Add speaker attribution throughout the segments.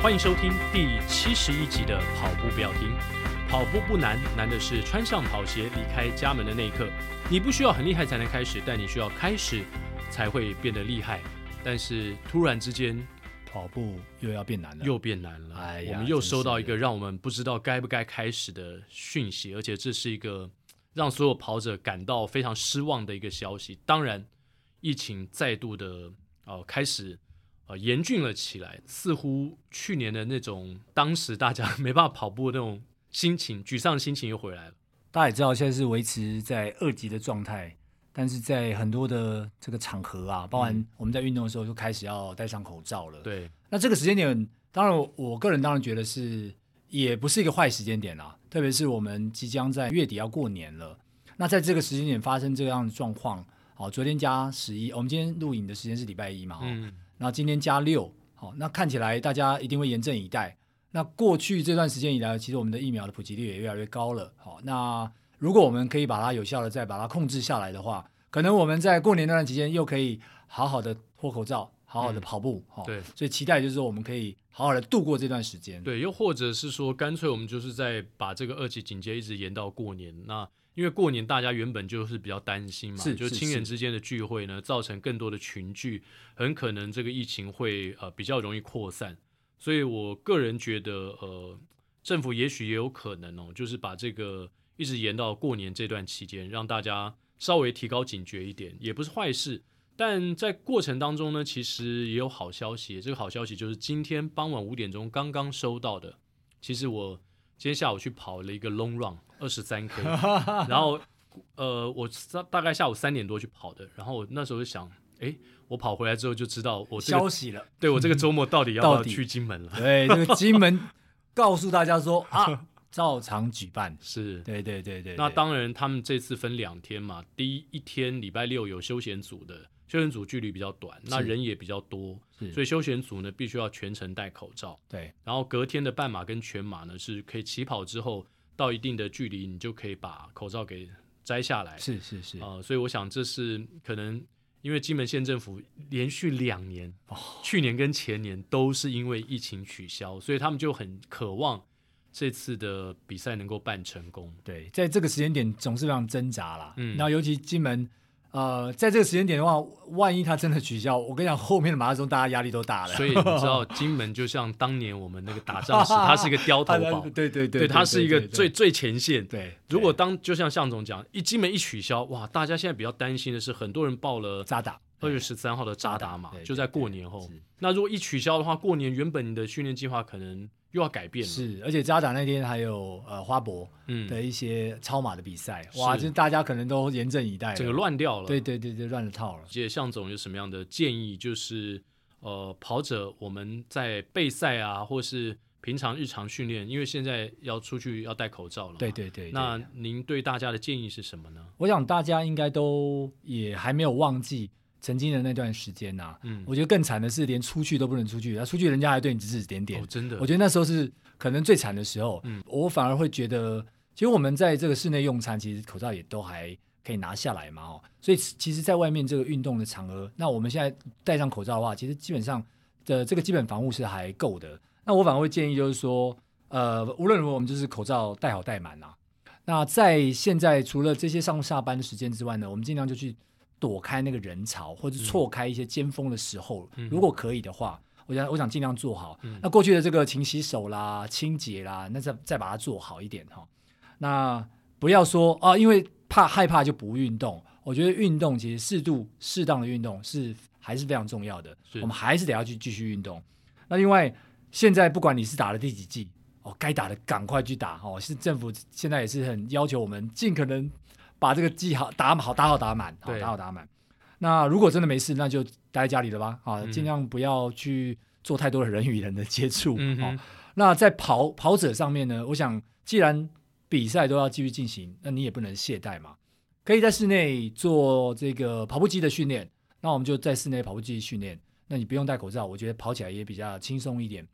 Speaker 1: 欢迎收听第七十一集的《跑步不要停》。跑步不难，难的是穿上跑鞋离开家门的那一刻。你不需要很厉害才能开始，但你需要开始才会变得厉害。但是突然之间
Speaker 2: 跑步又要变难了，
Speaker 1: 又变难了，
Speaker 2: 哎呀
Speaker 1: 我们又收到一
Speaker 2: 真
Speaker 1: 个让我们不知道该不该开始的讯息，而且这是一个让所有跑者感到非常失望的一个消息。当然，疫情再度的呃开始呃严峻了起来，似乎去年的那种当时大家没办法跑步的那种心情、沮丧的心情又回来了。
Speaker 2: 大家也知道现在是维持在二级的状态，但是在很多的这个场合啊，包含我们在运动的时候就开始要戴上口罩了。，
Speaker 1: 对，
Speaker 2: 那这个时间点，当然我我个人当然觉得是也不是一个坏时间点啦，特别是我们即将在月底要过年了，那在这个时间点发生这样的状况，好，昨天加十一，我们今天录影的时间是礼拜一嘛，哦
Speaker 1: 嗯，
Speaker 2: 然后今天加六，好，那看起来大家一定会严阵以待。那过去这段时间以来，其实我们的疫苗的普及率也越来越高了。好，那如果我们可以把它有效的再把它控制下来的话，可能我们在过年那段期间又可以好好的脱口罩，好好的跑步。好、
Speaker 1: 嗯对
Speaker 2: 所以期待就是说我们可以好好的度过这段时间。
Speaker 1: 对，又或者是说，干脆我们就是在把这个二级警戒一直延到过年。那因为过年大家原本就是比较担心嘛，
Speaker 2: 是
Speaker 1: 就是亲人
Speaker 2: 是
Speaker 1: 之间的聚会呢，造成更多的群聚，很可能这个疫情会呃比较容易扩散。所以我个人觉得，呃，政府也许也有可能哦，就是把这个一直延到过年这段期间，让大家稍微提高警觉一点，也不是坏事。但在过程当中呢，其实也有好消息。这个好消息就是今天傍晚五点钟刚刚收到的。其实我今天下午去跑了一个 long run，二十三 k，然后呃，我大大概下午三点多去跑的。然后我那时候就想，诶，我跑回来之后就知道我这
Speaker 2: 消
Speaker 1: 个
Speaker 2: 息 了，
Speaker 1: 对我这个周末到底要不要
Speaker 2: 到底
Speaker 1: 去金门了。
Speaker 2: 对这个金门告诉大家说啊，照常举办。
Speaker 1: 是，
Speaker 2: 对对对对对
Speaker 1: 那当然，他们这次分两天嘛，第一天礼拜六有休闲组的，休闲组距离比较短，那
Speaker 2: 是
Speaker 1: 人也比较多，
Speaker 2: 是
Speaker 1: 所以休闲组呢必须要全程戴口罩。
Speaker 2: 对
Speaker 1: 然后隔天的半马跟全马呢是可以起跑之后到一定的距离，你就可以把口罩给摘下来。
Speaker 2: 是是是，
Speaker 1: 啊、所以我想这是可能因为金门县政府连续两年，
Speaker 2: 哦
Speaker 1: 去年跟前年都是因为疫情取消，所以他们就很渴望这次的比赛能够办成功。
Speaker 2: 对，在这个时间点总是非常挣扎啦。
Speaker 1: 嗯
Speaker 2: 嗯，然后尤其金门，呃，在这个时间点的话，万一他真的取消，我跟你讲，后面的马拉松大家压力都大了。
Speaker 1: 所以你知道，金门就像当年我们那个打仗 时，它是一个碉头
Speaker 2: 他
Speaker 1: 堡，
Speaker 2: 对对对，
Speaker 1: 它是一个
Speaker 2: 对对
Speaker 1: 最最前线。
Speaker 2: 对。
Speaker 1: 如果
Speaker 2: 对
Speaker 1: 当就像向总讲，一金门一取消，哇，大家现在比较担心的是，很多人报了
Speaker 2: 渣打，
Speaker 1: 二月十三号的扎达嘛
Speaker 2: 对，对
Speaker 1: 就在过年后
Speaker 2: 是。
Speaker 1: 那如果一取消的话，过年原本你的训练计划可能又要改变了。
Speaker 2: 是，而且渣打那天还有呃花博
Speaker 1: 嗯，
Speaker 2: 的一些超马的比赛，哇，
Speaker 1: 是
Speaker 2: 这大家可能都严阵以待了，
Speaker 1: 整个乱掉了。
Speaker 2: 对，对对对，乱了套了。
Speaker 1: 谢向总有什么样的建议？就是呃，跑者我们在备赛啊，或是平常日常训练，因为现在要出去要戴口罩了嘛。
Speaker 2: 对对对，对
Speaker 1: 那您对大家的建议是什么呢？
Speaker 2: 我想大家应该都也还没有忘记曾经的那段时间呐、
Speaker 1: 嗯
Speaker 2: 我觉得更惨的是连出去都不能出去，然后啊出去人家还对你指指点点
Speaker 1: 哦，。真的，
Speaker 2: 我觉得那时候是可能最惨的时候。
Speaker 1: 嗯
Speaker 2: 我反而会觉得，其实我们在这个室内用餐，其实口罩也都还可以拿下来嘛，哦。所以其实，在外面这个运动的场合，那我们现在戴上口罩的话，其实基本上的这个基本防护是还够的。那我反而会建议就是说，呃，无论如何，我们就是口罩戴好戴满啊啦、那在现在除了这些上下班的时间之外呢，我们尽量就去躲开那个人潮，或者是错开一些尖峰的时候，
Speaker 1: 嗯
Speaker 2: 如果可以的话，我想我想尽量做好。
Speaker 1: 嗯
Speaker 2: 那过去的这个勤洗手啦、清洁啦，那再再把它做好一点哈、那不要说啊，因为怕害怕就不运动。我觉得运动其实适度、适当的运动是还是非常重要的
Speaker 1: 是，
Speaker 2: 我们还是得要去继续运动。那另外，现在不管你是打了第几剂，哦，该打的赶快去打哦。是政府现在也是很要求我们尽可能把这个剂好打好、打好打满，好
Speaker 1: 对
Speaker 2: 打好打满。那如果真的没事，那就待在家里了吧，啊，
Speaker 1: 嗯
Speaker 2: 尽量不要去做太多的人与人的接触。
Speaker 1: 嗯
Speaker 2: 哦
Speaker 1: 哼，，
Speaker 2: 那在跑跑者上面呢，我想既然比赛都要继续进行，那你也不能懈怠嘛，可以在室内做这个跑步机的训练，那我们就在室内跑步机训练，那你不用戴口罩，我觉得跑起来也比较轻松一点。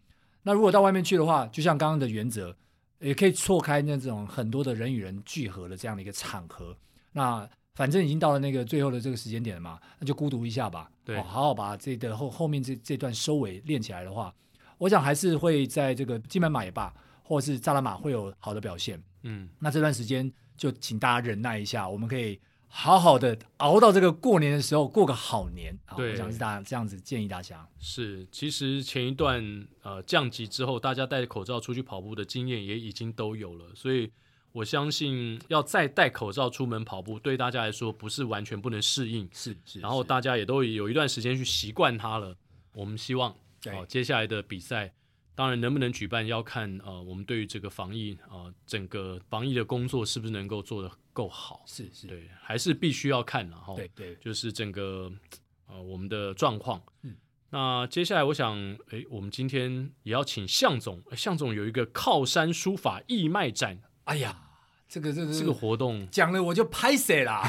Speaker 2: 那如果到外面去的话，就像刚刚的原则，也可以错开那种很多的人与人聚合的这样的一个场合。那反正已经到了那个最后的这个时间点了嘛，那就孤独一下吧。
Speaker 1: 对
Speaker 2: 哦好好把这个后后面这这段收尾练起来的话，我想还是会在这个金门马也罢，或是扎拉马会有好的表现。
Speaker 1: 嗯，
Speaker 2: 那这段时间就请大家忍耐一下，我们可以好好的熬到这个过年的时候，过个好年。好
Speaker 1: 对
Speaker 2: 我想是大家这样子建议大家。
Speaker 1: 是，其实前一段呃降级之后，大家戴口罩出去跑步的经验也已经都有了，所以我相信要再戴口罩出门跑步，对大家来说不是完全不能适应，
Speaker 2: 是是
Speaker 1: 然后大家也都有一段时间去习惯它了。我们希望
Speaker 2: 对
Speaker 1: 哦，接下来的比赛，当然能不能举办要看呃我们对于这个防疫呃整个防疫的工作是不是能够做得够好，
Speaker 2: 是是，
Speaker 1: 对，哦还是必须要看然后
Speaker 2: 对对
Speaker 1: 就是整个呃我们的状况。
Speaker 2: 嗯
Speaker 1: 那接下来我想，诶，我们今天也要请向总，诶向总有一个靠山书法义卖展
Speaker 2: 哎呀，这个这个，
Speaker 1: 这个活动
Speaker 2: 讲了我就拍谁啦。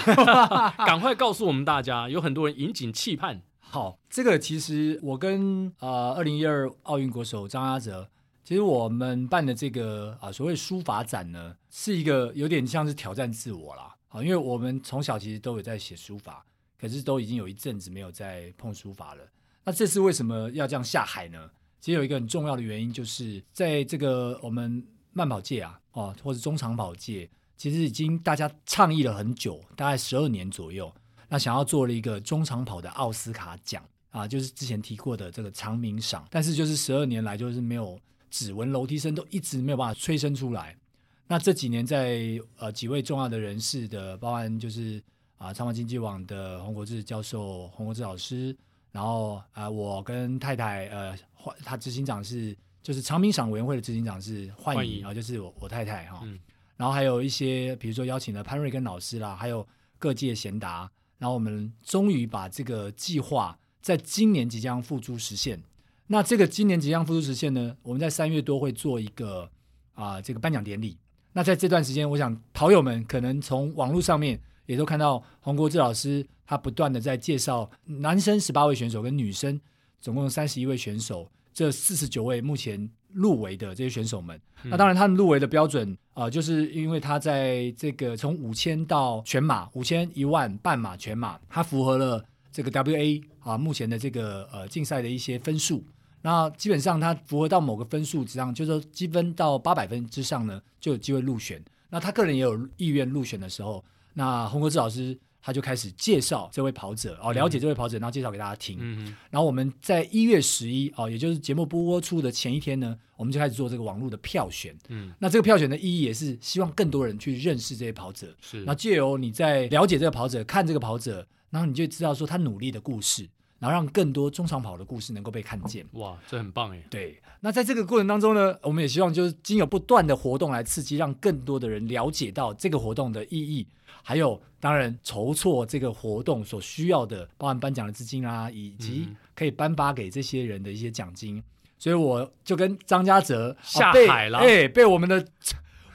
Speaker 1: 赶快告诉我们大家，有很多人引颈期盼。
Speaker 2: 好，这个其实我跟呃二零一二奥运国手张阿哲，其实我们办的这个啊、所谓书法展呢，是一个有点像是挑战自我啦。好，因为我们从小其实都有在写书法，可是都已经有一阵子没有在碰书法了。那这次为什么要这样下海呢？其实有一个很重要的原因，就是在这个我们慢跑界啊，哦，或者中长跑界，其实已经大家倡议了很久，大概十二年左右。那想要做了一个中长跑的奥斯卡奖啊，就是之前提过的这个长鸣赏，但是就是十二年来就是没有指纹楼梯声都一直没有办法催生出来。那这几年在呃几位重要的人士的，包含就是啊长跑经济网的洪国志教授、洪国志老师，然后啊、我跟太太呃，换他执行长是就是长鸣赏委员会的执行长是焕
Speaker 1: 焕
Speaker 2: 仪
Speaker 1: 仪
Speaker 2: 啊，就是我我太太哈、
Speaker 1: 嗯
Speaker 2: 然后还有一些比如说邀请了潘瑞根老师啦，还有各界贤达，然后我们终于把这个计划在今年即将付诸实现。那这个今年即将付诸实现呢，我们在三月多会做一个啊、这个颁奖典礼。那在这段时间，我想跑友们可能从网络上面也都看到洪国志老师他不断的在介绍男生十八位选手跟女生总共三十一位选手，这四十九位目前入围的这些选手们。那当然，他们入围的标准啊、呃就是因为他在这个从五千到全马、五千、一万、半马、全马，他符合了这个 WA 啊目前的这个呃竞赛的一些分数。那基本上他符合到某个分数之上，就是说积分到八百分之上呢，就有机会入选。那他个人也有意愿入选的时候，那洪国志老师他就开始介绍这位跑者哦，了解这位跑者，然后介绍给大家听。
Speaker 1: 嗯
Speaker 2: 然后我们在一月十一哦，也就是节目播出的前一天呢，我们就开始做这个网络的票选。
Speaker 1: 嗯，
Speaker 2: 那这个票选的意义也是希望更多人去认识这些跑者，
Speaker 1: 是
Speaker 2: 然后借由你在了解这个跑者、看这个跑者，然后你就知道说他努力的故事，然后让更多中长跑的故事能够被看见。
Speaker 1: 哇，这很棒哎。
Speaker 2: 对，那在这个过程当中呢，我们也希望就是经有不断的活动来刺激，让更多的人了解到这个活动的意义，还有当然筹措这个活动所需要的，包含颁奖的资金啊，以及
Speaker 1: 嗯
Speaker 2: 可以颁发给这些人的一些奖金。所以我就跟张家泽
Speaker 1: 下
Speaker 2: 啊被
Speaker 1: 海了
Speaker 2: 哎、被我们的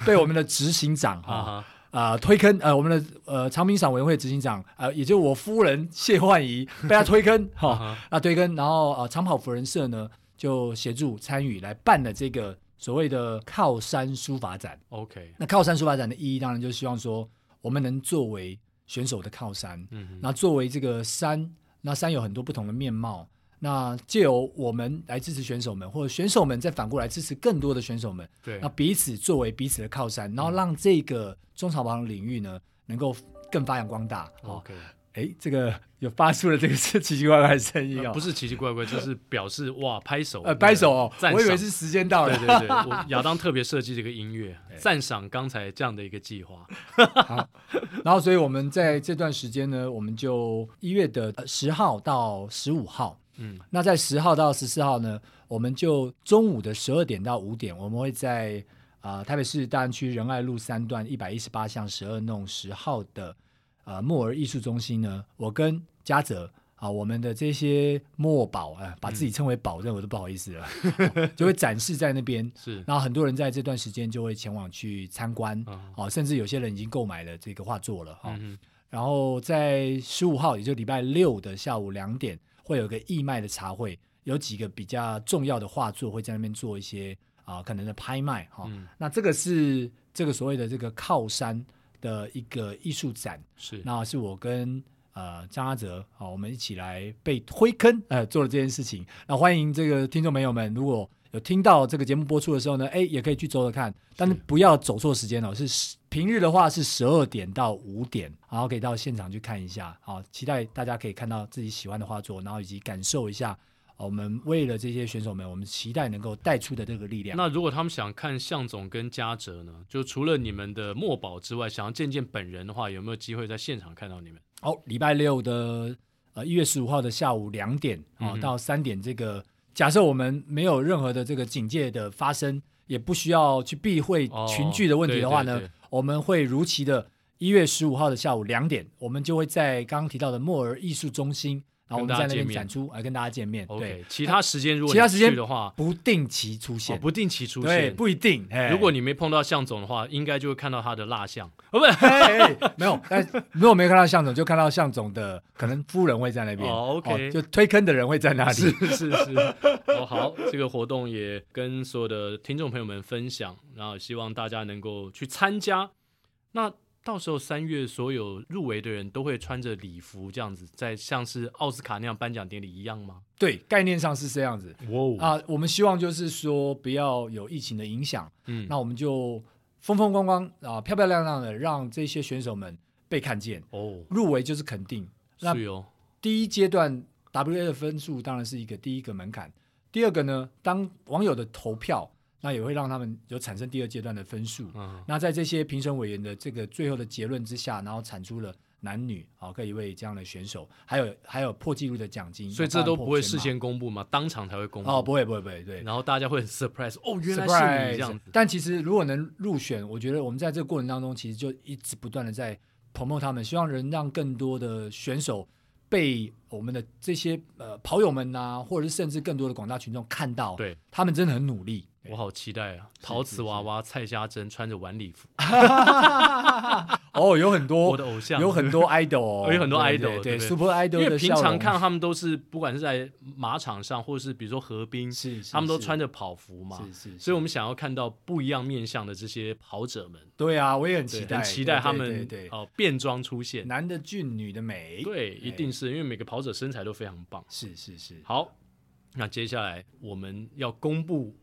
Speaker 2: 被我们的执行 长哈。
Speaker 1: 啊哈，
Speaker 2: 啊，推坑呃，我们的呃长明赏委员会执行长呃，也就是我夫人谢焕 仪被他推坑哈、
Speaker 1: 啊哈
Speaker 2: 那推跟然后呃长跑福人社呢就协助参与来办了这个所谓的靠山书法展。
Speaker 1: ，OK，
Speaker 2: 那靠山书法展的意义，当然就是希望说我们能作为选手的靠山，
Speaker 1: 嗯哼，
Speaker 2: 那作为这个山，那山有很多不同的面貌。那借由我们来支持选手们，或者选手们再反过来支持更多的选手们，
Speaker 1: 对嗯
Speaker 2: 那，彼此作为彼此的靠山，然后让这个中长跑领域呢能够更发扬光大。哦，
Speaker 1: OK，
Speaker 2: 哎，这个有发出了这个是奇奇怪怪的声音哦，
Speaker 1: 呃不是奇奇怪怪，就是表示哇，拍手，
Speaker 2: 呃，拍手哦，
Speaker 1: 赞赏
Speaker 2: 我以为是时间到
Speaker 1: 对
Speaker 2: 了。
Speaker 1: 对对，我亚当特别设计这个音 乐，赞赏刚才这样的一个计划。
Speaker 2: 然后，所以我们在这段时间呢，我们就一月的呃十号到十五号，
Speaker 1: 嗯，
Speaker 2: 那在十号到十四号呢，我们就中午的十二点到五点，我们会在啊、呃台北市大安区仁爱路三段一百一十八巷十二弄十号的呃莫尔艺术中心呢，我跟嘉泽。啊，我们的这些墨宝啊、呃把自己称为宝，这我都不好意思了， 就会展示在那边。
Speaker 1: 是，
Speaker 2: 然后很多人在这段时间就会前往去参观，
Speaker 1: 嗯
Speaker 2: 哦，甚至有些人已经购买了这个画作了哈、哦
Speaker 1: 嗯哼
Speaker 2: 然后在十五号，也就礼拜六的下午两点，会有个义卖的茶会，有几个比较重要的画作会在那边做一些啊、可能的拍卖哈、哦
Speaker 1: 嗯
Speaker 2: 那这个是这个所谓的这个靠山的一个艺术展，
Speaker 1: 是，
Speaker 2: 那是我跟呃张阿哲好，我们一起来被推坑，呃，做了这件事情。那欢迎这个听众朋友们，如果有听到这个节目播出的时候呢，哎，也可以去走走看，但是不要走错时间哦。是十平日的话是十二点到五点，然后可以到现场去看一下。好，期待大家可以看到自己喜欢的画作，然后以及感受一下。哦我们为了这些选手们，我们期待能够带出的这个力量。
Speaker 1: 那如果他们想看向总跟嘉哲呢，就除了你们的墨宝之外，想要见见本人的话，有没有机会在现场看到你们？
Speaker 2: 好，礼拜六的呃一月十五号的下午两点啊、
Speaker 1: 嗯哼
Speaker 2: 到三点，这个假设我们没有任何的这个警戒的发生，也不需要去避讳
Speaker 1: 哦
Speaker 2: 群聚的问题的话呢，
Speaker 1: 对对对
Speaker 2: 我们会如期的一月十五号的下午两点，我们就会在刚刚提到的莫尔艺术中心，然后我
Speaker 1: 跟大
Speaker 2: 们
Speaker 1: 家
Speaker 2: 在那边
Speaker 1: 见面
Speaker 2: 展出，来啊跟大家见面。对
Speaker 1: OK，，其他时间如果
Speaker 2: 其他时间
Speaker 1: 你去的话，
Speaker 2: 不定期出现，
Speaker 1: 哦，不定期出
Speaker 2: 对，
Speaker 1: 现。
Speaker 2: 不一定。嘿
Speaker 1: 如果你没碰到向总的话，应该就会看到他的蜡像，哦不是
Speaker 2: 哎哎哎没有，但如果没看到向总，就看到向总的可能夫人会在那边。
Speaker 1: 哦，OK
Speaker 2: 就推坑的人会在那里。
Speaker 1: 是是是，哦好， 这个活动也跟所有的听众朋友们分享，然后希望大家能够去参加。那到时候三月所有入围的人都会穿着礼服这样子，在像是奥斯卡那样颁奖典礼一样吗？
Speaker 2: 对，概念上是这样子
Speaker 1: 哇、哦
Speaker 2: 啊、我们希望就是说不要有疫情的影响，
Speaker 1: 嗯
Speaker 2: 那我们就风风光光啊、漂漂亮亮的让这些选手们被看见，
Speaker 1: 哦，
Speaker 2: 入围就是肯定。那
Speaker 1: 是哦，
Speaker 2: 第一阶段 WA 的分数当然是一个第一个门槛，第二个呢，当网友的投票，那也会让他们有产生第二阶段的分数。
Speaker 1: 嗯，
Speaker 2: 那在这些评审委员的这个最后的结论之下，然后产出了男女好各一位这样的选手，还有还有破纪录的奖金，
Speaker 1: 所以这都不会事
Speaker 2: 先
Speaker 1: 先公布吗？当场才会公布
Speaker 2: 哦，不会不会不会，对，
Speaker 1: 然后大家会很 surprise，哦，原来
Speaker 2: Surprise
Speaker 1: 是你这样子，
Speaker 2: 但其实如果能入选，我觉得我们在这个过程当中，其实就一直不断的在 promote 他们，希望能让更多的选手被我们的这些呃跑友们呐、或者是甚至更多的广大群众看到，
Speaker 1: 对，
Speaker 2: 他们真的很努力。
Speaker 1: 我好期待啊！
Speaker 2: 是
Speaker 1: 陶瓷娃娃蔡家珍穿着晚礼服，
Speaker 2: 哦，有很多
Speaker 1: 我的偶像
Speaker 2: 有很多 idol，哦、
Speaker 1: 有很多
Speaker 2: 对
Speaker 1: idol，
Speaker 2: 对
Speaker 1: 对不对
Speaker 2: super idol
Speaker 1: 因
Speaker 2: 的
Speaker 1: 为平
Speaker 2: 笑
Speaker 1: 常
Speaker 2: 容
Speaker 1: 看他们都是不管是在马场上，或是比如说河滨，
Speaker 2: 是是
Speaker 1: 他们都
Speaker 2: 是
Speaker 1: 穿着跑服嘛，
Speaker 2: 是是，
Speaker 1: 所以我们想要看到不一样面向的这些跑者们，
Speaker 2: 对啊，我也很
Speaker 1: 对
Speaker 2: 期待，
Speaker 1: 很期待
Speaker 2: 对
Speaker 1: 他
Speaker 2: 对
Speaker 1: 们
Speaker 2: 对哎对
Speaker 1: 呃变装出现。
Speaker 2: 男的俊，女的美，，
Speaker 1: 对，一定是因为每个跑者身材都非常棒。
Speaker 2: 是是是，
Speaker 1: 好，那接下来我们要公布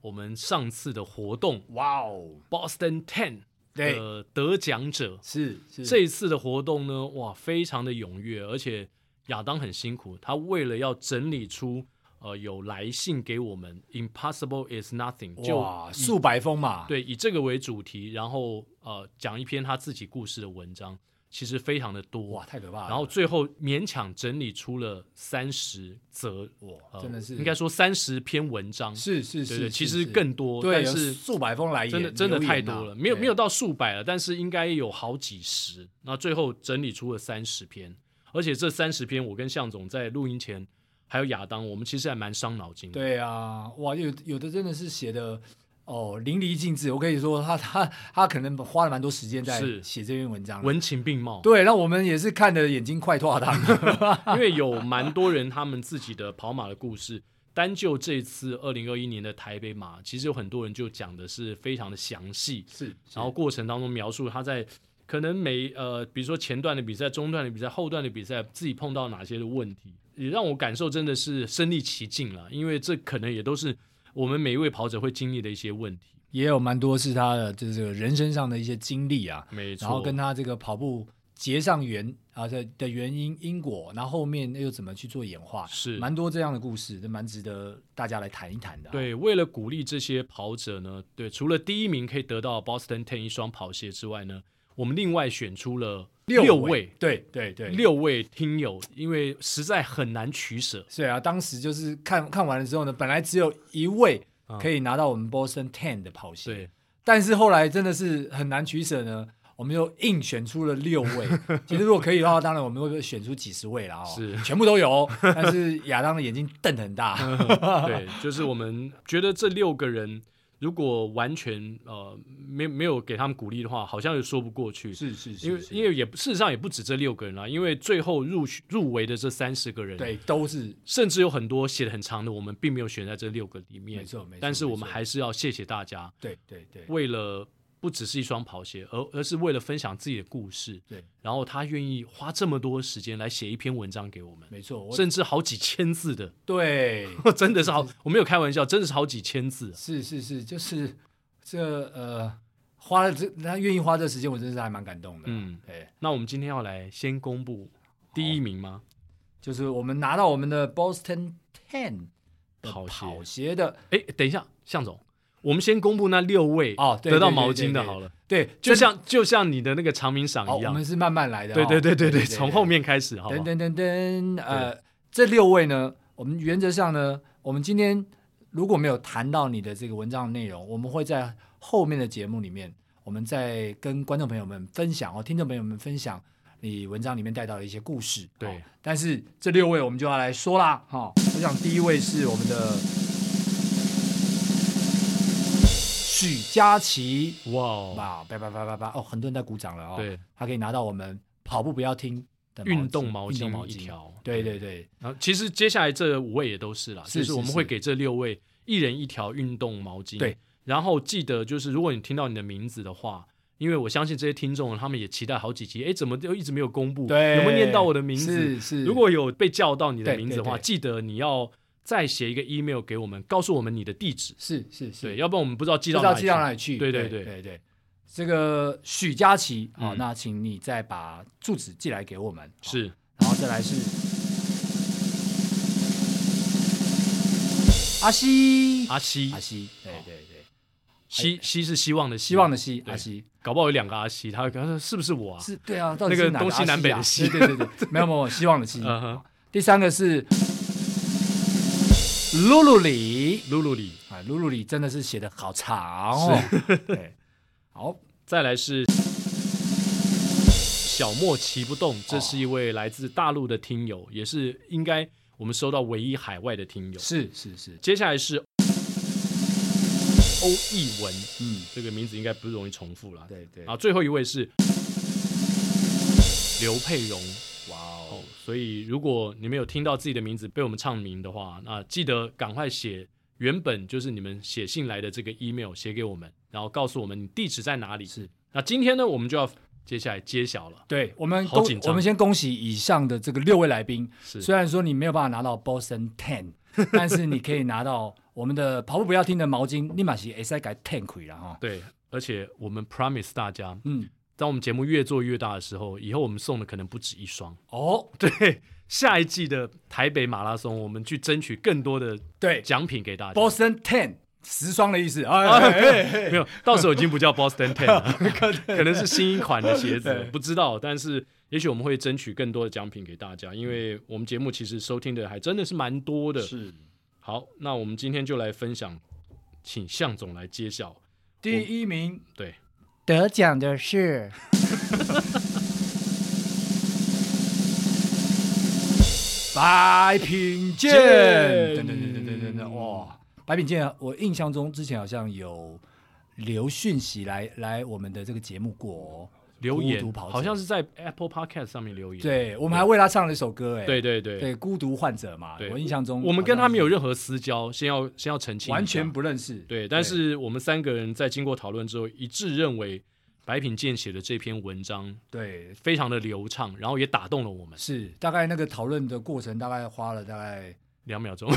Speaker 1: 我们上次的活动
Speaker 2: 哇哦，
Speaker 1: Boston Ten
Speaker 2: 对
Speaker 1: 的得奖者，
Speaker 2: 是是
Speaker 1: 这一次的活动呢，哇，非常的踊跃，而且亚当很辛苦，他为了要整理出呃有来信给我们，Impossible is nothing，就
Speaker 2: 哇数百封嘛，
Speaker 1: 对以这个为主题，然后呃讲一篇他自己故事的文章，其实非常的多
Speaker 2: 哇，。太可怕了。
Speaker 1: 然后最后勉强整理出了三十则，
Speaker 2: 哇
Speaker 1: 呃
Speaker 2: 真的是
Speaker 1: 应该说三十篇文章，
Speaker 2: 是是
Speaker 1: 对对，
Speaker 2: 是，是
Speaker 1: 其实
Speaker 2: 是
Speaker 1: 更多，
Speaker 2: 对，
Speaker 1: 但
Speaker 2: 有
Speaker 1: 是
Speaker 2: 数百封来
Speaker 1: 真的
Speaker 2: 言
Speaker 1: 真的
Speaker 2: 留
Speaker 1: 太
Speaker 2: 言
Speaker 1: 多
Speaker 2: 呐
Speaker 1: 了，没有
Speaker 2: 对
Speaker 1: 没有到数百了，但是应该有好几十。那最后整理出了三十篇，而且这三十篇我跟向总在录音前还有亚当，我们其实还蛮伤脑筋的。，
Speaker 2: 对啊，哇，有有的真的是写的哦淋漓尽致，我可以说他 他他可能花了蛮多时间在
Speaker 1: 是
Speaker 2: 写这篇文章。
Speaker 1: 文情并茂，
Speaker 2: 对，那我们也是看的眼睛快啊脱他。
Speaker 1: 因为有蛮多人他们自己的跑马的故事。单就这次二零二一年的台北马，其实有很多人就讲的是非常的详细，
Speaker 2: 是，
Speaker 1: 然后过程当中描述他在可能每呃，比如说前段的比赛、中段的比赛、后段的比赛，自己碰到哪些的问题，也让我感受真的是身临其境了，因为这可能也都是我们每一位跑者会经历的一些问题。
Speaker 2: 也有蛮多是他的就是这个人身上的一些经历啊，
Speaker 1: 没错，
Speaker 2: 然后跟他这个跑步结上缘啊的的原因因果，然后后面又怎么去做演化，
Speaker 1: 是
Speaker 2: 蛮多这样的故事，都蛮值得大家来谈一谈的、，啊
Speaker 1: 对，为了鼓励这些跑者呢，对，除了第一名可以得到 Boston Ten 一双跑鞋之外呢，我们另外选出了
Speaker 2: 六
Speaker 1: 位。，
Speaker 2: 对对对，
Speaker 1: 六位听友，因为实在很难取舍，
Speaker 2: 对啊，当时就是看看完了之后呢，本来只有一位可以拿到我们 Boston Ten 的跑鞋，
Speaker 1: 嗯对，
Speaker 2: 但是后来真的是很难取舍呢，我们又硬选出了六 位。其实如果可以的话，当然我们会选出几十位啦、哦，
Speaker 1: 是
Speaker 2: 全部都有。但是亚当的眼睛瞪得很大，
Speaker 1: 对，就是我们觉得这六个人如果完全呃没没有给他们鼓励的话，好像又说不过去。
Speaker 2: 是是
Speaker 1: 因为因为也不事实上也不止这六个人啦，因为最后入入围的这三十个人，，
Speaker 2: 对，都是
Speaker 1: 甚至有很多写的很长的，我们并没有选在这六个里面。
Speaker 2: 没错没错
Speaker 1: 但是我
Speaker 2: 没
Speaker 1: 们
Speaker 2: 错
Speaker 1: 还是要谢谢大家，
Speaker 2: 对对对，
Speaker 1: 为了不只是一双跑鞋，而而是为了分享自己的故事，
Speaker 2: 对，
Speaker 1: 然后他愿意花这么多时间来写一篇文章给我们，
Speaker 2: 没错，我
Speaker 1: 甚至好几千字的，
Speaker 2: 对，
Speaker 1: 真的是好，我没有开玩笑，真的是好几千字啊。
Speaker 2: 是是是，就是这呃，花了这他愿意花这时间，我真是还蛮感动的。
Speaker 1: 嗯，
Speaker 2: 对，
Speaker 1: 那我们今天要来先公布第一名吗？
Speaker 2: 就是我们拿到我们的 Boston Ten 的
Speaker 1: 跑鞋
Speaker 2: 跑鞋的
Speaker 1: 哎，等一下，向总，我们先公布那六位
Speaker 2: 哦对
Speaker 1: 得到
Speaker 2: 对对
Speaker 1: 毛
Speaker 2: 对
Speaker 1: 巾的
Speaker 2: 对
Speaker 1: 好了，
Speaker 2: 对，
Speaker 1: 就像就像你的那个长鸣赏
Speaker 2: 哦，
Speaker 1: 一
Speaker 2: 我
Speaker 1: 样
Speaker 2: 们，是慢慢来的哦、
Speaker 1: 对对对对对，
Speaker 2: 对，
Speaker 1: 从后面开始，好不
Speaker 2: 等
Speaker 1: 好？
Speaker 2: 等等等，呃，这六位呢，我们原则上呢，我们今天如果没有谈到你的这个文章的内容，我们会在后面的节目里面，我们再跟观众朋友们分享哦，听众朋友们分享你文章里面带到的一些故事。
Speaker 1: 对
Speaker 2: 哦但是这六位我们就要来说啦，哈、我想第一位是我们的许佳琪，
Speaker 1: 哇哦，
Speaker 2: 哇，叭叭叭叭叭，哦，很多人在鼓掌了哦。
Speaker 1: 对，
Speaker 2: 他可以拿到我们跑步不要听的
Speaker 1: 运动毛
Speaker 2: 运动毛
Speaker 1: 巾一
Speaker 2: 巾。
Speaker 1: 条，嗯
Speaker 2: 对对对，
Speaker 1: 然后其实接下来这五位也都是啦，
Speaker 2: 是
Speaker 1: 就是我
Speaker 2: 是
Speaker 1: 们
Speaker 2: 是
Speaker 1: 会给这六位一人一条运动毛巾。
Speaker 2: 对，
Speaker 1: 然后记得就是如果你听到你的名字的话，因为我相信这些听众他们也期待好几集，哎，怎么都一直没有公布？
Speaker 2: 对，
Speaker 1: 有没有念到我的名字？
Speaker 2: 是是，
Speaker 1: 如果有被叫到你的
Speaker 2: 对
Speaker 1: 名字的话，
Speaker 2: 对对
Speaker 1: 记得你要再写一个 email 给我们，告诉我们你的地址。
Speaker 2: 是是是，
Speaker 1: 对，要不然我们不知道寄
Speaker 2: 不
Speaker 1: 到
Speaker 2: 知道
Speaker 1: 里
Speaker 2: 寄到
Speaker 1: 去
Speaker 2: 哪里去？
Speaker 1: 对对对
Speaker 2: 对对对，这个许佳琪，好，
Speaker 1: 嗯
Speaker 2: 那请你再把住址寄来给我们。好，
Speaker 1: 是
Speaker 2: 然后再来是阿西，
Speaker 1: 阿西
Speaker 2: 阿，西，对
Speaker 1: 好
Speaker 2: 对对，
Speaker 1: 希希是希望的希，
Speaker 2: 希望的西，
Speaker 1: 对
Speaker 2: 阿西
Speaker 1: 搞不好有两个阿西，他他说是不是我啊？
Speaker 2: 是对啊，到底
Speaker 1: 那个
Speaker 2: 是哪
Speaker 1: 东西
Speaker 2: 阿
Speaker 1: 南北的
Speaker 2: 啊
Speaker 1: 西
Speaker 2: 对对对 对，没有没有，希望的希。
Speaker 1: 嗯哼，
Speaker 2: 第三个是露露里
Speaker 1: 露露里，
Speaker 2: 啊，露露里真的是写的好长哦。 对，好，
Speaker 1: 再来是小莫骑不
Speaker 2: 哦
Speaker 1: 动，这是一位来自大陆的听友，也是应该我们收到唯一海外的听友。
Speaker 2: 是是是，
Speaker 1: 接下来是欧逸文，
Speaker 2: 嗯，
Speaker 1: 这个名字应该不容易重复啦。
Speaker 2: 对对，
Speaker 1: 啊，最后一位是刘佩荣。
Speaker 2: 哇
Speaker 1: 哦
Speaker 2: 哦，，
Speaker 1: 所以如果你们有听到自己的名字被我们唱名的话，那记得赶快写原本就是你们写信来的这个 email 写给我们，然后告诉我们你地址在哪里。
Speaker 2: 是，
Speaker 1: 那今天呢，我们就要接下来揭晓了。
Speaker 2: 对我们
Speaker 1: 好
Speaker 2: 恭
Speaker 1: 紧张
Speaker 2: 我们先恭喜以上的这个六位来宾，
Speaker 1: 是
Speaker 2: 虽然说你没有办法拿到 Boston Ten，但是你可以拿到我们的跑步不要听的毛巾，立马是 S I 改 Ten 可以了哈。
Speaker 1: 对，而且我们 promise 大家，
Speaker 2: 嗯，
Speaker 1: 当我们节目越做越大的时候，以后我们送的可能不止一双。
Speaker 2: 哦，
Speaker 1: 对，下一季的台北马拉松，我们去争取更多的
Speaker 2: 对
Speaker 1: 奖品给大家。
Speaker 2: ，Boston Ten 十双的意思，哎哎，哎
Speaker 1: 没有，到时候已经不叫 Boston Ten 了，可能是新一款的鞋子
Speaker 2: 对，
Speaker 1: 不知道。但是也许我们会争取更多的奖品给大家，因为我们节目其实收听的还真的是蛮多的。
Speaker 2: 是
Speaker 1: 好，那我们今天就来分享，请向总来揭晓。
Speaker 2: 第一名。
Speaker 1: 对，
Speaker 2: 得奖的是 白品健，
Speaker 1: 健
Speaker 2: 等等等等等等等，哇！白品健，我印象中之前好像有留讯息来来我们的这个节目过、哦，
Speaker 1: 留
Speaker 2: 孤
Speaker 1: 言
Speaker 2: 独跑者
Speaker 1: 好像是在 Apple Podcast 上面留言。
Speaker 2: 对我们还为他唱了一首歌，哎，
Speaker 1: 对对对
Speaker 2: 对，孤独患者嘛，
Speaker 1: 对
Speaker 2: 我印象中
Speaker 1: 我们跟他没有
Speaker 2: 好
Speaker 1: 任何私交，先要先要澄清一下，
Speaker 2: 像完全不认识，
Speaker 1: 对。但是我们三个人在经过讨论之后，一致认为白品健写的这篇文章
Speaker 2: 对，
Speaker 1: 非常的流畅，然后也打动了我们。
Speaker 2: 是大概那个讨论的过程大概花了大概
Speaker 1: 两秒钟，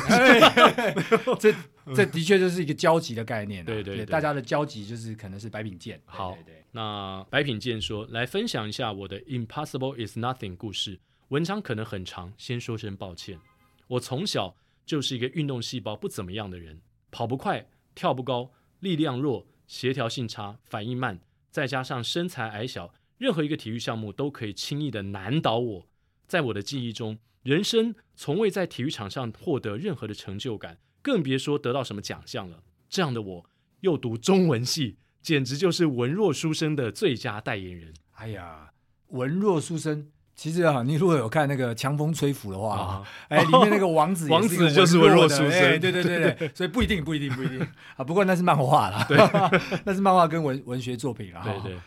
Speaker 2: 这这的确就是一个交集的概念、啊，
Speaker 1: 对对对
Speaker 2: 大家的交集就是可能是白品健，对
Speaker 1: 好
Speaker 2: 对对，
Speaker 1: 那白品健说：“来分享一下我的 ‘Impossible is Nothing’ 故事。文章可能很长，先说声抱歉。我从小就是一个运动细胞不怎么样的人，跑不快，跳不高，力量弱，协调性差，反应慢，再加上身材矮小，任何一个体育项目都可以轻易的难倒我。在我的记忆中，人生从未在体育场上获得任何的成就感，更别说得到什么奖项了。这样的我，又读中文系，简直就是文弱书生的最佳代言人
Speaker 2: 哎呀，文弱书生。其实啊，你如果有看那个《强风吹拂》的话，
Speaker 1: 啊！
Speaker 2: 哎，里面那个王子也是一个
Speaker 1: 王子就是
Speaker 2: 文
Speaker 1: 文
Speaker 2: 弱
Speaker 1: 弱
Speaker 2: 的
Speaker 1: 书生
Speaker 2: 哎对对对对，所以不一定，不一定，不一定啊。不过那是漫画啦，对，那是漫画跟文文学作品啦。
Speaker 1: 对对，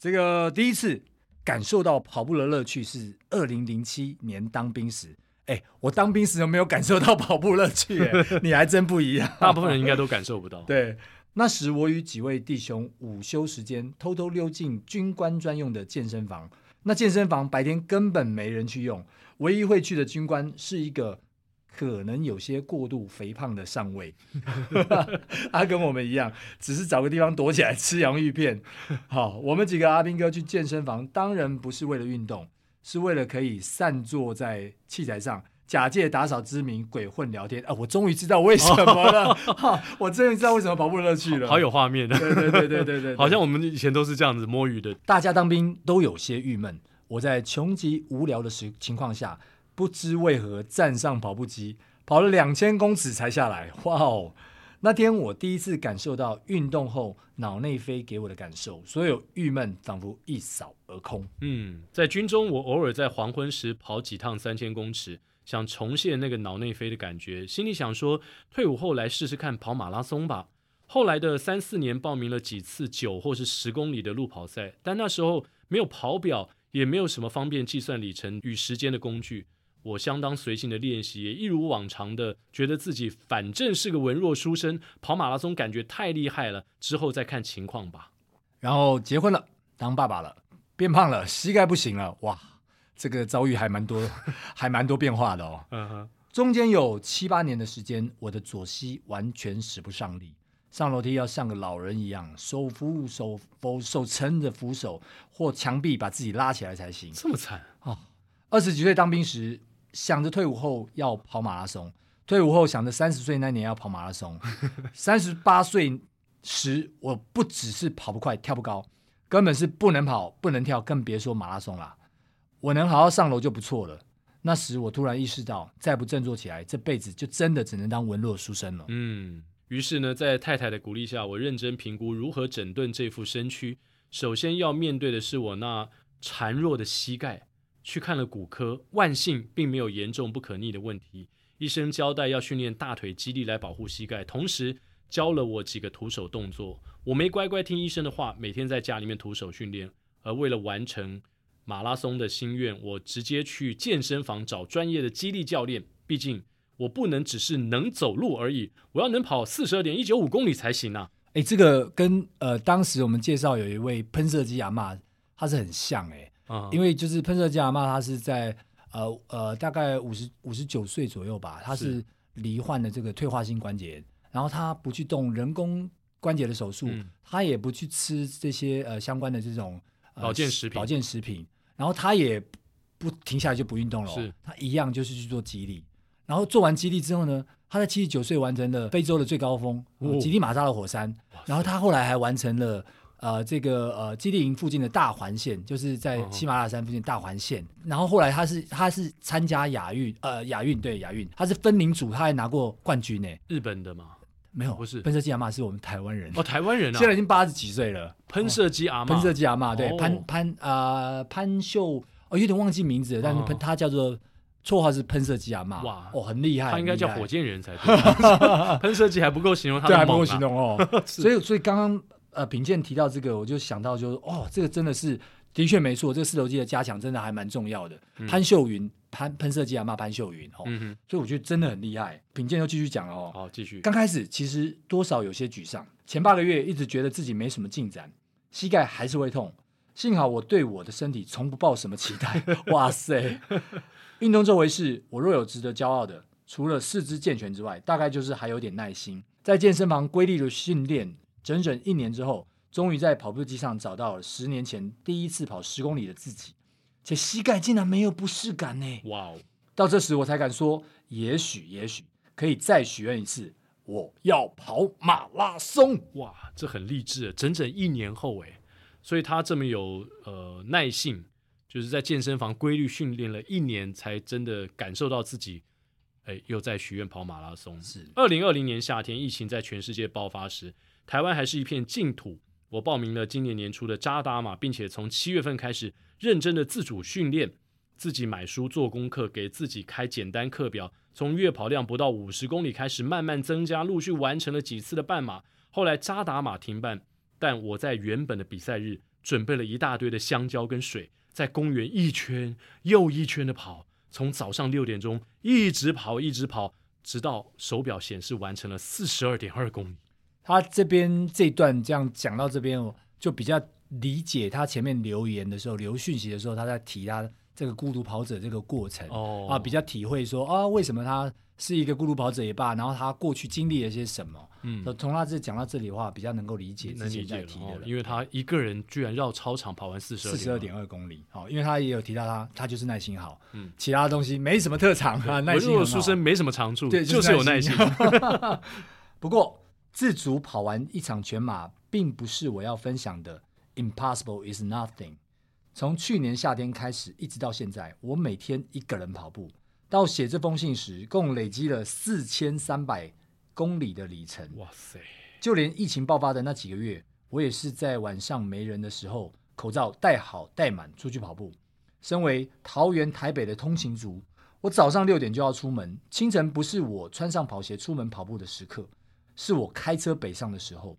Speaker 2: 这个第一次感受到跑步的乐趣是二零零七年当兵时，哎，我当兵时有没有感受到跑步乐趣、哎你还真不一样。
Speaker 1: 大部分人应该都感受不到。
Speaker 2: 对，那时我与几位弟兄午休时间偷偷溜进军官专用的健身房。那健身房白天根本没人去用，唯一会去的军官是一个可能有些过度肥胖的上尉，他跟我们一样，只是找个地方躲起来吃洋芋片。好，我们几个阿兵哥去健身房，当然不是为了运动，是为了可以散坐在器材上。假借打扫之名鬼混聊天啊！我终于知道为什么了， 哈我终于知道为什么跑步乐趣了。
Speaker 1: 好有画面的，
Speaker 2: 对对对对对 对，
Speaker 1: 好像我们以前都是这样子摸鱼的。
Speaker 2: 大家当兵都有些郁闷。我在穷极无聊的时情况下，不知为何站上跑步机，跑了两千公尺才下来。哇哦！那天我第一次感受到运动后脑内啡给我的感受，所有郁闷仿佛一扫而空。
Speaker 1: 嗯，在军中，我偶尔在黄昏时跑几趟三千公尺，想重现那个脑内飞的感觉。心里想说，退伍后来试试看跑马拉松吧。后来的三四年，报名了几次九或是十公里的路跑赛，但那时候没有跑表，也没有什么方便计算里程与时间的工具。我相当随性的练习，也一如往常的觉得自己反正是个文弱书生，跑马拉松感觉太厉害了，之后再看情况吧。
Speaker 2: 然后结婚了，当爸爸了，变胖了，膝盖不行了，哇，这个遭遇还蛮多，还蛮多变化的哦。
Speaker 1: 嗯哼，
Speaker 2: 中间有七八年的时间，我的左膝完全使不上力，上楼梯要像个老人一样，手扶手扶手撑着扶手或墙壁把自己拉起来才行。
Speaker 1: 这么惨，啊
Speaker 2: 二十几岁当兵时，想着退伍后要跑马拉松，退伍后想着三十岁那年要跑马拉松，三十八岁时我不只是跑不快、跳不高，根本是不能跑、不能跳，更别说马拉松啦。我能好好上楼就不错了。那时我突然意识到，再不振作起来，这辈子就真的只能当文弱书生了。
Speaker 1: 嗯，于是呢，在太太的鼓励下，我认真评估如何整顿这副身躯。首先要面对的是我那孱弱的膝盖，去看了骨科，万幸并没有严重不可逆的问题。医生交代要训练大腿肌力来保护膝盖，同时教了我几个徒手动作。我没乖乖听医生的话，每天在家里面徒手训练。而为了完成马拉松的心愿，我直接去健身房找专业的激励教练。毕竟我不能只是能走路而已，我要能跑四十二点一九五公里才行啊！
Speaker 2: 哎，这个跟呃当时我们介绍有一位喷射机阿嬷，她是很像哎、
Speaker 1: 啊、
Speaker 2: 因为就是喷射家阿妈，她是在呃呃大概五十五十九岁左右吧，她是
Speaker 1: 是
Speaker 2: 罹患了这个退化性关节，然后她不去动人工关节的手术，
Speaker 1: 嗯
Speaker 2: 她也不去吃这些呃相关的这种、呃
Speaker 1: 保健食品
Speaker 2: 保健食品，然后她也不停下来就不运动了哦、
Speaker 1: 是
Speaker 2: 她一样就是去做肌力，然后做完肌力之后呢，她在七十九岁完成了非洲的最高峰、
Speaker 1: 哦
Speaker 2: 吉力马扎的火山，然后她后来还完成了。呃，这个呃，基地营附近的大环线，就是在
Speaker 1: 哦
Speaker 2: 喜马拉雅山附近的大环线。然后后来他是他是参加亚运，呃，亚运对亚运，他是分龄组，他还拿过冠军呢。
Speaker 1: 日本的嘛，
Speaker 2: 没有，
Speaker 1: 不是
Speaker 2: 喷射机阿嬷是我们台湾人，
Speaker 1: 哦，台湾人啊
Speaker 2: 现，在已经八十几岁了。
Speaker 1: 喷射机阿妈，
Speaker 2: 喷射机阿嬷对、
Speaker 1: 哦
Speaker 2: 潘潘呃潘秀，哦，有点忘记名字了，但是
Speaker 1: 哦
Speaker 2: 喷、他叫做绰号是喷射机阿嬷，
Speaker 1: 哇
Speaker 2: 哦，很厉害，
Speaker 1: 他应该
Speaker 2: 很厉
Speaker 1: 叫
Speaker 2: 害
Speaker 1: 火箭人才 对，喷射机还不够形容他
Speaker 2: 对，还
Speaker 1: 的
Speaker 2: 不
Speaker 1: 猛
Speaker 2: 够行
Speaker 1: 啊！
Speaker 2: 动哦。所以，所以刚刚呃，品鉴提到这个，我就想到就是，哦，这个真的是的确没错，这个四头肌的加强真的还蛮重要的。潘秀云，潘喷射机阿骂潘秀云哦，
Speaker 1: 嗯哼，
Speaker 2: 所以我觉得真的很厉害。品鉴又继续讲了哦，
Speaker 1: 好，继续。
Speaker 2: 刚开始其实多少有些沮丧，前八个月一直觉得自己没什么进展，膝盖还是会痛。幸好我对我的身体从不抱什么期待。哇塞，运动这回事，我若有值得骄傲的，除了四肢健全之外，大概就是还有点耐心。在健身房规律的训练，整整一年之后，终于在跑步机上找到了十年前第一次跑十公里的自己，且膝盖竟然没有不适感呢。
Speaker 1: 哇哦，
Speaker 2: 到这时我才敢说，也许也许可以再许愿一次，我要跑马拉松。
Speaker 1: 哇，这很励志，整整一年后哎，所以他这么有呃耐性，就是在健身房规律训练了一年，才真的感受到自己，哎，又在许愿跑马拉松。
Speaker 2: 是
Speaker 1: 二零二零年夏天，疫情在全世界爆发时，台湾还是一片净土。我报名了今年年初的扎达马，并且从七月份开始认真的自主训练，自己买书做功课，给自己开简单课表，从月跑量不到五十公里开始慢慢增加，陆续完成了几次的半马。后来扎达马停办，但我在原本的比赛日准备了一大堆的香蕉跟水，在公园一圈又一圈的跑，从早上六点钟一直跑一直跑，直到手表显示完成了四十二点二公里。
Speaker 2: 他这边这一段这样讲到这边，我就比较理解他前面留言的时候留讯息的时候，他在提他这个孤独跑者这个过程。
Speaker 1: 哦
Speaker 2: 啊，比较体会说啊，为什么他是一个孤独跑者也罢，然后他过去经历了些什么。
Speaker 1: 嗯
Speaker 2: 那从他这讲到这里的话，比较能够理解
Speaker 1: 能
Speaker 2: 之
Speaker 1: 理
Speaker 2: 前
Speaker 1: 解
Speaker 2: 在
Speaker 1: 了
Speaker 2: 提
Speaker 1: 哦
Speaker 2: 的，
Speaker 1: 因为他一个人居然绕操场跑完四十二
Speaker 2: 四十二
Speaker 1: 点
Speaker 2: 点二公里。好、因为他也有提到他，他就是耐心好，
Speaker 1: 嗯
Speaker 2: 其他东西没什么特长啊，
Speaker 1: 嘛，
Speaker 2: 耐
Speaker 1: 文
Speaker 2: 心
Speaker 1: 弱
Speaker 2: 很
Speaker 1: 书
Speaker 2: 好
Speaker 1: 生没什么长处，
Speaker 2: 对，
Speaker 1: 就是
Speaker 2: 是
Speaker 1: 有耐心。。
Speaker 2: 不过，自主跑完一场全马，并不是我要分享的。Impossible is nothing。从去年夏天开始，一直到现在，我每天一个人跑步。到写这封信时，共累积了四千三百公里的里程。
Speaker 1: 哇塞，
Speaker 2: 就连疫情爆发的那几个月，我也是在晚上没人的时候，口罩戴好戴满出去跑步。身为桃园、台北的通勤族，我早上六点就要出门，清晨不是我穿上跑鞋出门跑步的时刻，是我开车北上的时候。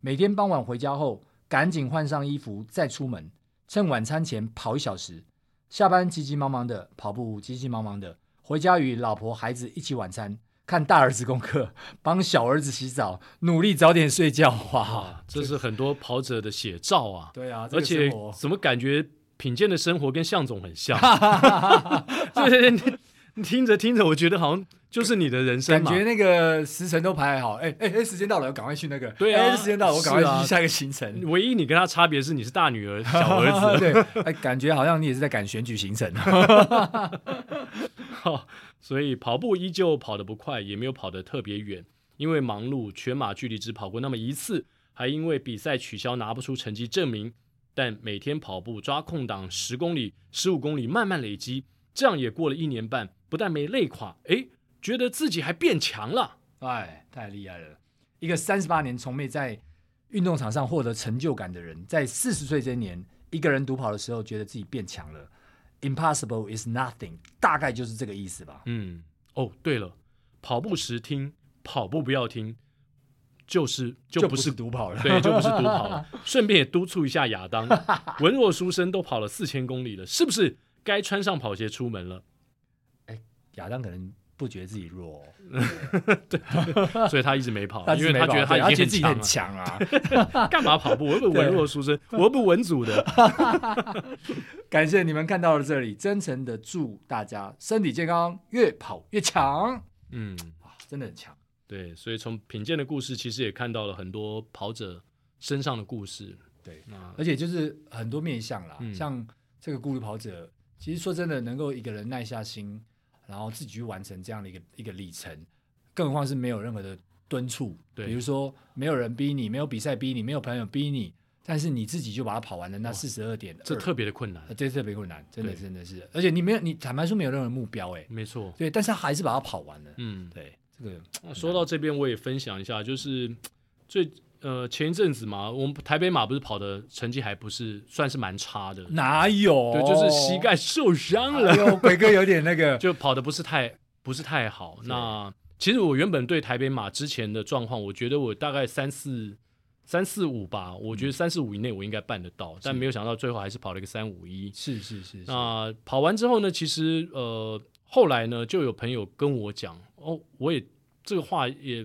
Speaker 2: 每天傍晚回家后，赶紧换上衣服再出门，趁晚餐前跑一小时。下班急急忙忙的跑步，急急忙忙的回家与老婆孩子一起晚餐，看大儿子功课，帮小儿子洗澡，努力早点睡觉。哇
Speaker 1: 啊，，这是很多跑者的写照啊。
Speaker 2: 对啊，
Speaker 1: 而且怎么感觉品鉴的生活跟向总很 像？对对对，你你听着听着，我觉得好像就是你的人生
Speaker 2: 感
Speaker 1: 嘛。
Speaker 2: 觉那个时辰都排好，哎哎哎，时间到了，我赶快去那个。
Speaker 1: 对啊
Speaker 2: 哎时间到了，我赶快
Speaker 1: 是啊
Speaker 2: 去下一个行程。
Speaker 1: 唯一你跟他差别是你是大女儿、小 儿子，
Speaker 2: 对，哎，感觉好像你也是在赶选举行程。啊
Speaker 1: 所以跑步依旧跑得不快，也没有跑得特别远，因为忙碌，全马距离只跑过那么一次，还因为比赛取消拿不出成绩证明。但每天跑步抓空档十公里、十五公里，慢慢累积，这样也过了一年半，不但没累垮，诶，觉得自己还变强了。
Speaker 2: 哎，太厉害了！一个三十八年从没在运动场上获得成就感的人，在四十岁这一年，一个人独跑的时候，觉得自己变强了。Impossible is nothing，大概就是这个意思吧。
Speaker 1: 嗯，哦，对了，跑步时听，跑步不要听，就是就不是
Speaker 2: 独 跑了，
Speaker 1: 对，就不是独跑了。顺便也督促一下亚 当，文弱书生都跑了四千公里了，是不是该穿上跑鞋出 门了？
Speaker 2: 亚当可能不觉得自己弱哦、
Speaker 1: 所以他一直没跑，
Speaker 2: 啊但
Speaker 1: 哦因
Speaker 2: 是
Speaker 1: 为他
Speaker 2: 没
Speaker 1: 觉得
Speaker 2: 跑对
Speaker 1: 他已
Speaker 2: 觉得自
Speaker 1: 经
Speaker 2: 己
Speaker 1: 很
Speaker 2: 很
Speaker 1: 强
Speaker 2: 强啊，
Speaker 1: 了，干嘛跑步？我又不是文弱书 生，我又不是文组的。
Speaker 2: 感谢你们看到了这里，真诚的祝大家身体健康，越跑越强
Speaker 1: 嗯，
Speaker 2: 啊！真的很强，
Speaker 1: 对，所以从品鉴的故事，其实也看到了很多跑者身上的故事。
Speaker 2: 对，
Speaker 1: 那
Speaker 2: 而且就是很多面向啦，
Speaker 1: 嗯
Speaker 2: 像这个孤独跑者，其实说真的，能够一个人耐下心，然后自己去完成这样的一个一个里程，更何况是没有任何的敦促，
Speaker 1: 对
Speaker 2: 比如说没有人逼你，没有比赛逼你，没有朋友逼你，但是你自己就把它跑完了，那四十二点，
Speaker 1: 这特别的困难
Speaker 2: 呃，这特别困难，真的
Speaker 1: 对
Speaker 2: 真的是，而且你没有，你坦白说没有任何目标、欸，哎，
Speaker 1: 没错。
Speaker 2: 对，但是他还是把它跑完了，
Speaker 1: 嗯，
Speaker 2: 对，这个
Speaker 1: 那说到这边，我也分享一下，就是最呃前一阵子嘛，我们台北马不是跑的成绩还不是算是蛮差的，
Speaker 2: 哪有？
Speaker 1: 对，就是膝盖受伤了，
Speaker 2: 哎呦，鬼哥有点那个，
Speaker 1: 哦 就跑的不是太不是太好。那其实我原本对台北马之前的状况，我觉得我大概三四三四五吧，我觉得三四五以内我应该办得到，但没有想到最后还嗯是跑了一个三五一。
Speaker 2: 是是是是，
Speaker 1: 那跑完之后呢，其实呃后来呢，就有朋友跟我讲，哦，我也这个话也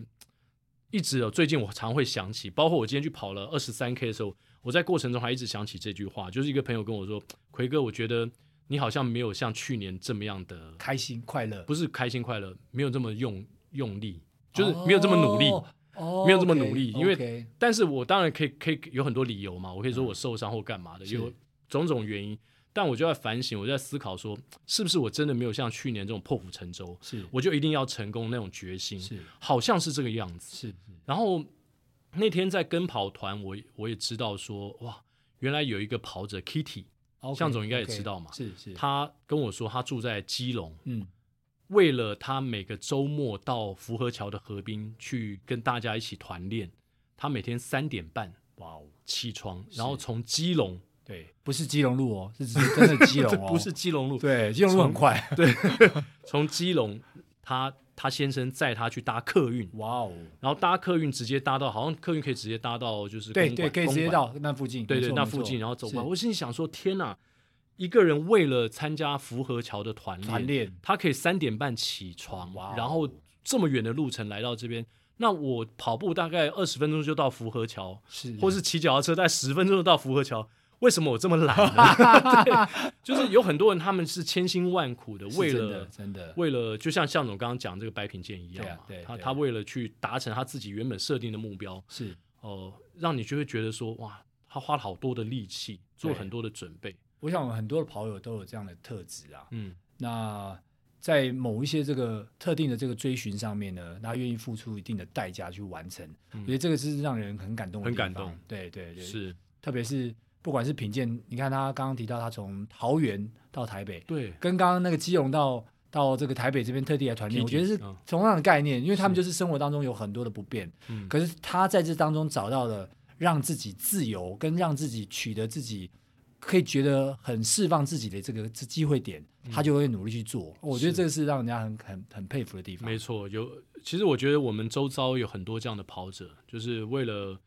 Speaker 1: 一直有，最近我常会想起，包括我今天去跑了二十三 K 的时候，我在过程中还一直想起这句话，就是一个朋友跟我说，奎哥，我觉得你好像没有像去年这么样的，
Speaker 2: 开心快乐，
Speaker 1: 不是开心快乐，没有这么用用力，就是没有这么努力。
Speaker 2: 哦，哦
Speaker 1: 没有这么努力
Speaker 2: OK，
Speaker 1: 因为
Speaker 2: OK，
Speaker 1: 但是我当然可以可以有很多理由嘛，我可以说我受伤或干嘛的，
Speaker 2: 是
Speaker 1: 有种种原因。但我就在反省，我就在思考说，是不是我真的没有像去年这种破釜沉舟，
Speaker 2: 是
Speaker 1: 我就一定要成功那种决心，
Speaker 2: 是
Speaker 1: 好像是这个样子。
Speaker 2: 是是
Speaker 1: 然后那天在跟跑团，我我也知道说，哇，原来有一个跑者 Kitty，
Speaker 2: ，OK，
Speaker 1: 向总应该也
Speaker 2: OK，
Speaker 1: 知道嘛
Speaker 2: 是是，
Speaker 1: 他跟我说他住在基隆，
Speaker 2: 嗯，
Speaker 1: 为了他每个周末到福和桥的河滨去跟大家一起团练，他每天三点半
Speaker 2: 哇哦，
Speaker 1: 起床，然后从基隆，
Speaker 2: 对，不是基隆路哦，是指真的基隆哦，
Speaker 1: 不是基隆路，
Speaker 2: 对，基隆路很快，
Speaker 1: 从基隆，他他先生载他去搭客运，
Speaker 2: 哇 哦，
Speaker 1: 然后搭客运直接搭到，好像客运可以直接搭到就是
Speaker 2: 对
Speaker 1: 公
Speaker 2: 对，
Speaker 1: 馆
Speaker 2: 可以直接，
Speaker 1: 公馆
Speaker 2: 到那附近，
Speaker 1: 对
Speaker 2: 没
Speaker 1: 对，
Speaker 2: 错
Speaker 1: 那
Speaker 2: 没错
Speaker 1: 附近然后走
Speaker 2: 是
Speaker 1: 过来。我心里想说，天哪！一个人为了参加福和桥的团
Speaker 2: 团练
Speaker 1: 他可以三点半起床，
Speaker 2: 哇哦
Speaker 1: 然后这么远的路程来到这边，那我跑步大概二十分钟就到福和桥，
Speaker 2: 是，
Speaker 1: 或是骑脚踏车大概十分钟就到福和桥。为什么我这么懒 呢？对，就是有很多人他们是千辛万苦的，
Speaker 2: 是
Speaker 1: 为
Speaker 2: 真的
Speaker 1: 了
Speaker 2: 真的，
Speaker 1: 为了就像向总刚刚讲这个白品健一样
Speaker 2: 对啊
Speaker 1: 嘛
Speaker 2: 对
Speaker 1: 他
Speaker 2: 对啊
Speaker 1: 他为了去达成他自己原本设定的目标，
Speaker 2: 是
Speaker 1: 哦、让你就会觉得说哇，他花了好多的力气，做
Speaker 2: 对
Speaker 1: 很多的准备，
Speaker 2: 我想很多的跑友都有这样的特质啊。
Speaker 1: 嗯，
Speaker 2: 那在某一些这个特定的这个追寻上面呢，他愿意付出一定的代价去完成，我觉得这个是让人很感动
Speaker 1: 嗯
Speaker 2: 的
Speaker 1: 很
Speaker 2: 地
Speaker 1: 感
Speaker 2: 方，
Speaker 1: 动
Speaker 2: 对对对，，
Speaker 1: 是
Speaker 2: 特别是不管是品鉴，你看他刚刚提到他从桃园到台北，
Speaker 1: 对，
Speaker 2: 跟刚刚那个基隆到到这个台北这边特地来团练，
Speaker 1: Picking，
Speaker 2: 我觉得是
Speaker 1: 嗯
Speaker 2: 同样的概念，因为他们
Speaker 1: 是
Speaker 2: 就是生活当中有很多的不便，
Speaker 1: 嗯
Speaker 2: 可是他在这当中找到了让自己自由跟让自己取得自己可以觉得很释放自己的这个这机会点，他就会努力去做。我觉得
Speaker 1: 嗯是
Speaker 2: 这个是让人家很很很佩服的地方
Speaker 1: 没。错，有。其实我觉得我们周遭有很多这样的跑者，就是为了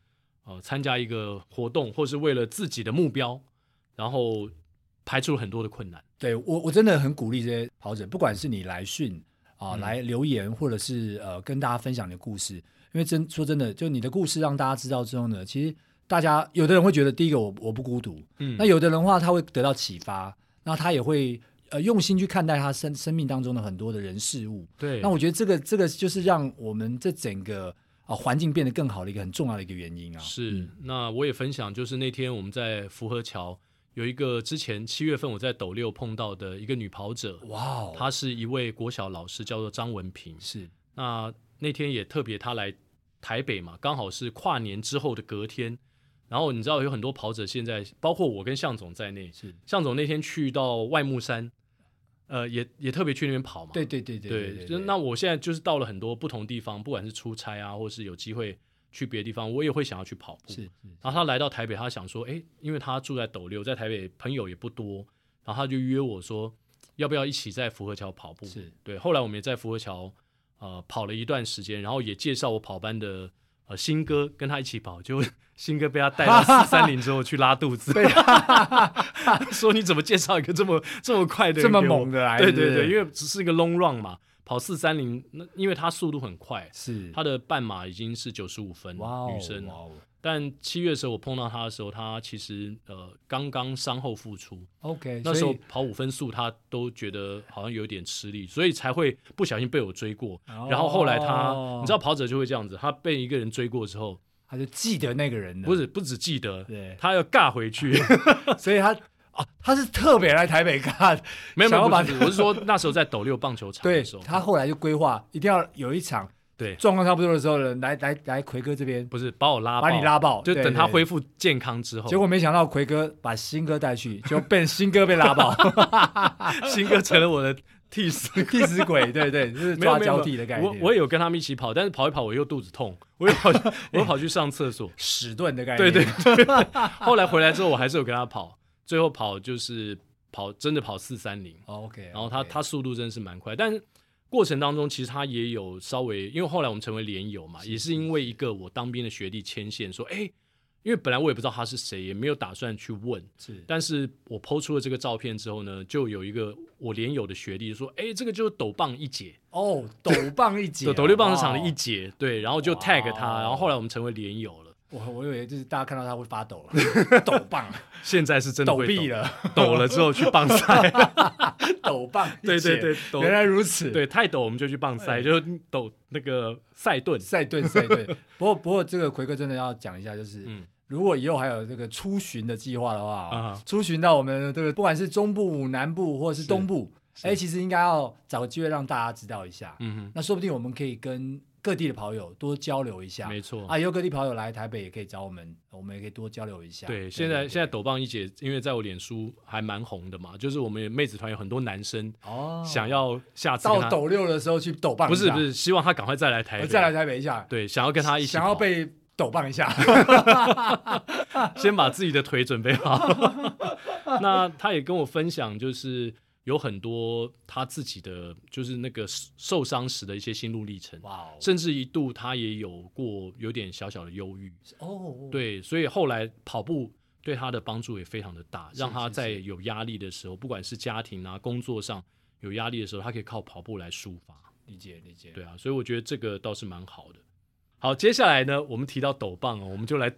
Speaker 1: 呃参加一个活动，或是为了自己的目标，然后排除了很多的困难。
Speaker 2: 对我我真的很鼓励这些跑者，不管是你来讯啊、
Speaker 1: 嗯
Speaker 2: 来留言，或者是呃跟大家分享你的故事，因为真说真的，就你的故事让大家知道之后呢，其实大家有的人会觉得第一个我我不孤独，
Speaker 1: 嗯
Speaker 2: 那有的人的话他会得到启发，那他也会呃用心去看待他生生命当中的很多的人事物，
Speaker 1: 对，
Speaker 2: 那我觉得这个这个就是让我们这整个啊、环境变得更好的一个很重要的一个原因啊，
Speaker 1: 是，那我也分享，就是那天我们在福和桥有一个之前七月份我在斗六碰到的一个女跑者，
Speaker 2: 哇哦，
Speaker 1: 她是一位国小老师，叫做张文平。
Speaker 2: 是
Speaker 1: 那那天也特别，她来台北嘛，刚好是跨年之后的隔天。然后你知道有很多跑者现在，包括我跟向总在内，
Speaker 2: 是，
Speaker 1: 向总那天去到外木山，呃，也也特别去那边跑嘛。
Speaker 2: 对对对对对对，
Speaker 1: 就那我现在就是到了很多不同地方，不管是出差啊，或是有机会去别的地方，我也会想要去跑步。
Speaker 2: 是是
Speaker 1: 然后他来到台北，他想说，诶，因为他住在斗六，在台北朋友也不多，然后他就约我说，要不要一起在福和桥跑步？
Speaker 2: 是
Speaker 1: 对。后来我们也在福和桥呃跑了一段时间，然后也介绍我跑班的呃新哥跟他一起跑，就 新哥被他带到四三零之后去拉肚子， 说你怎么介绍一个这么这么快的人
Speaker 2: 这么
Speaker 1: 给我
Speaker 2: 猛的来
Speaker 1: 对
Speaker 2: 是
Speaker 1: 对
Speaker 2: 不
Speaker 1: 对，
Speaker 2: 是
Speaker 1: 因为只是一个 long run 嘛，跑四三零，那因为他速度很快，
Speaker 2: 是
Speaker 1: 他的半马已经是九十五分，
Speaker 2: 哇哦
Speaker 1: 女生
Speaker 2: 哇
Speaker 1: 啊。
Speaker 2: 哦
Speaker 1: 但七月的时候我碰到他的时候，他其实呃刚刚伤后复出，
Speaker 2: ，OK，
Speaker 1: 那时
Speaker 2: 所
Speaker 1: 候
Speaker 2: 以
Speaker 1: 跑五分速他都觉得好像有点吃力，所以才会不小心被我追过。
Speaker 2: 哦
Speaker 1: 然后后来他，你知道跑者就会这样子，他被一个人追过之后，
Speaker 2: 他就记得那个人的，
Speaker 1: 不是不只记得，
Speaker 2: 对，
Speaker 1: 他要尬回 去。
Speaker 2: 所以他哦，他是特别来台北看，
Speaker 1: 没有没
Speaker 2: 想
Speaker 1: 有，
Speaker 2: 要
Speaker 1: 不
Speaker 2: 把
Speaker 1: 是我是说那时候在斗六棒球场
Speaker 2: 对
Speaker 1: 的时候，
Speaker 2: 他后来就规划一定要有一场
Speaker 1: 对
Speaker 2: 状况差不多的时候呢，来来来奎哥这边
Speaker 1: 不是把我拉爆
Speaker 2: 把你拉爆，
Speaker 1: 就
Speaker 2: 对
Speaker 1: 等他。恢
Speaker 2: 对
Speaker 1: 复健康之后，
Speaker 2: 结果没想到奎哥把新哥带去，就被新哥被拉 爆，
Speaker 1: 新哥成了 我的替死鬼。
Speaker 2: 替死鬼，对对，就是
Speaker 1: 没有
Speaker 2: 抓
Speaker 1: 没有
Speaker 2: 交替的概
Speaker 1: 我
Speaker 2: 念，
Speaker 1: 我也有跟他们一起跑，但是跑一跑我又肚子痛，我又跑 去我又跑去上厕所。
Speaker 2: 屎遁的概
Speaker 1: 对
Speaker 2: 念，
Speaker 1: 对，后来回来之后，我还是有跟他跑，最后跑就是跑真的跑四三零，
Speaker 2: 哦，OK，
Speaker 1: 然后他他速度真的是蛮快，但是过程当中其实他也有稍微，因为后来我们成为连友嘛，也是因为一个我当兵的学弟牵线说，哎，因为本来我也不知道他是谁，也没有打算去问，
Speaker 2: 是
Speaker 1: 但是我抛出了这个照片之后呢，就有一个我连友的学弟说，哎，这个就是斗棒一姐。
Speaker 2: 哦，斗棒一姐
Speaker 1: 斗
Speaker 2: 啊，
Speaker 1: 斗六棒球场的一
Speaker 2: 哇，
Speaker 1: 姐，对，然后就
Speaker 2: 哇
Speaker 1: tag 他，然后后来我们成为连友了，
Speaker 2: 我我以为就是大家看到他会发抖 了，斗棒，啊
Speaker 1: 现在是真的
Speaker 2: 抖
Speaker 1: 会
Speaker 2: 臂，了，
Speaker 1: 抖了之后去棒赛，
Speaker 2: 斗棒一
Speaker 1: 对对
Speaker 2: 姐，
Speaker 1: 对，抖
Speaker 2: 原来如 此，
Speaker 1: 对太抖我们就去棒赛，就是抖那个赛顿，
Speaker 2: 赛顿赛顿。 不过不过，这个奎哥真的要讲一下，就是、
Speaker 1: 嗯
Speaker 2: 如果以后还有这个出巡的计划的话，
Speaker 1: 啊
Speaker 2: 出巡到我们这个不管是中部、南部或者是东部，哎，其实应该要找个机会让大家知道一下。
Speaker 1: 嗯
Speaker 2: 那说不定我们可以跟各地的跑友多交流一下
Speaker 1: 哼，。没错，
Speaker 2: 啊，以后各地跑友来台北也可以找我们，我们也可以多交流一下。
Speaker 1: 对，现在现在抖棒一姐，因为在我脸书还蛮红的嘛，就是我们妹子团有很多男生
Speaker 2: 哦，
Speaker 1: 想要下次跟
Speaker 2: 到
Speaker 1: 她，
Speaker 2: 斗六的时候去斗棒一
Speaker 1: 不
Speaker 2: 下，
Speaker 1: 是不是，希望她赶快再来台
Speaker 2: 呃，
Speaker 1: 北，
Speaker 2: 再来台北一下，
Speaker 1: 对，想要跟她一起
Speaker 2: 想要
Speaker 1: 跑
Speaker 2: 被斗棒 一下，
Speaker 1: 先把自己的腿准备好。 那他也跟我分享，就是有很多他自己的，就是那个受伤时的一些心路历程，
Speaker 2: 哇哦，
Speaker 1: 甚至一度他也有过有点小小的忧郁。
Speaker 2: 哦，
Speaker 1: 对，所以后来跑步对他的帮助也非常的大，
Speaker 2: 是
Speaker 1: 让他
Speaker 2: 是
Speaker 1: 在
Speaker 2: 是
Speaker 1: 有压力的时候，不管是家庭啊、工作上有压力的时候，他可以靠跑步来抒发。
Speaker 2: 理解理解，
Speaker 1: 对啊，所以我觉得这个倒是蛮好的。好，接下来呢，我们提到抖棒哦，我们就来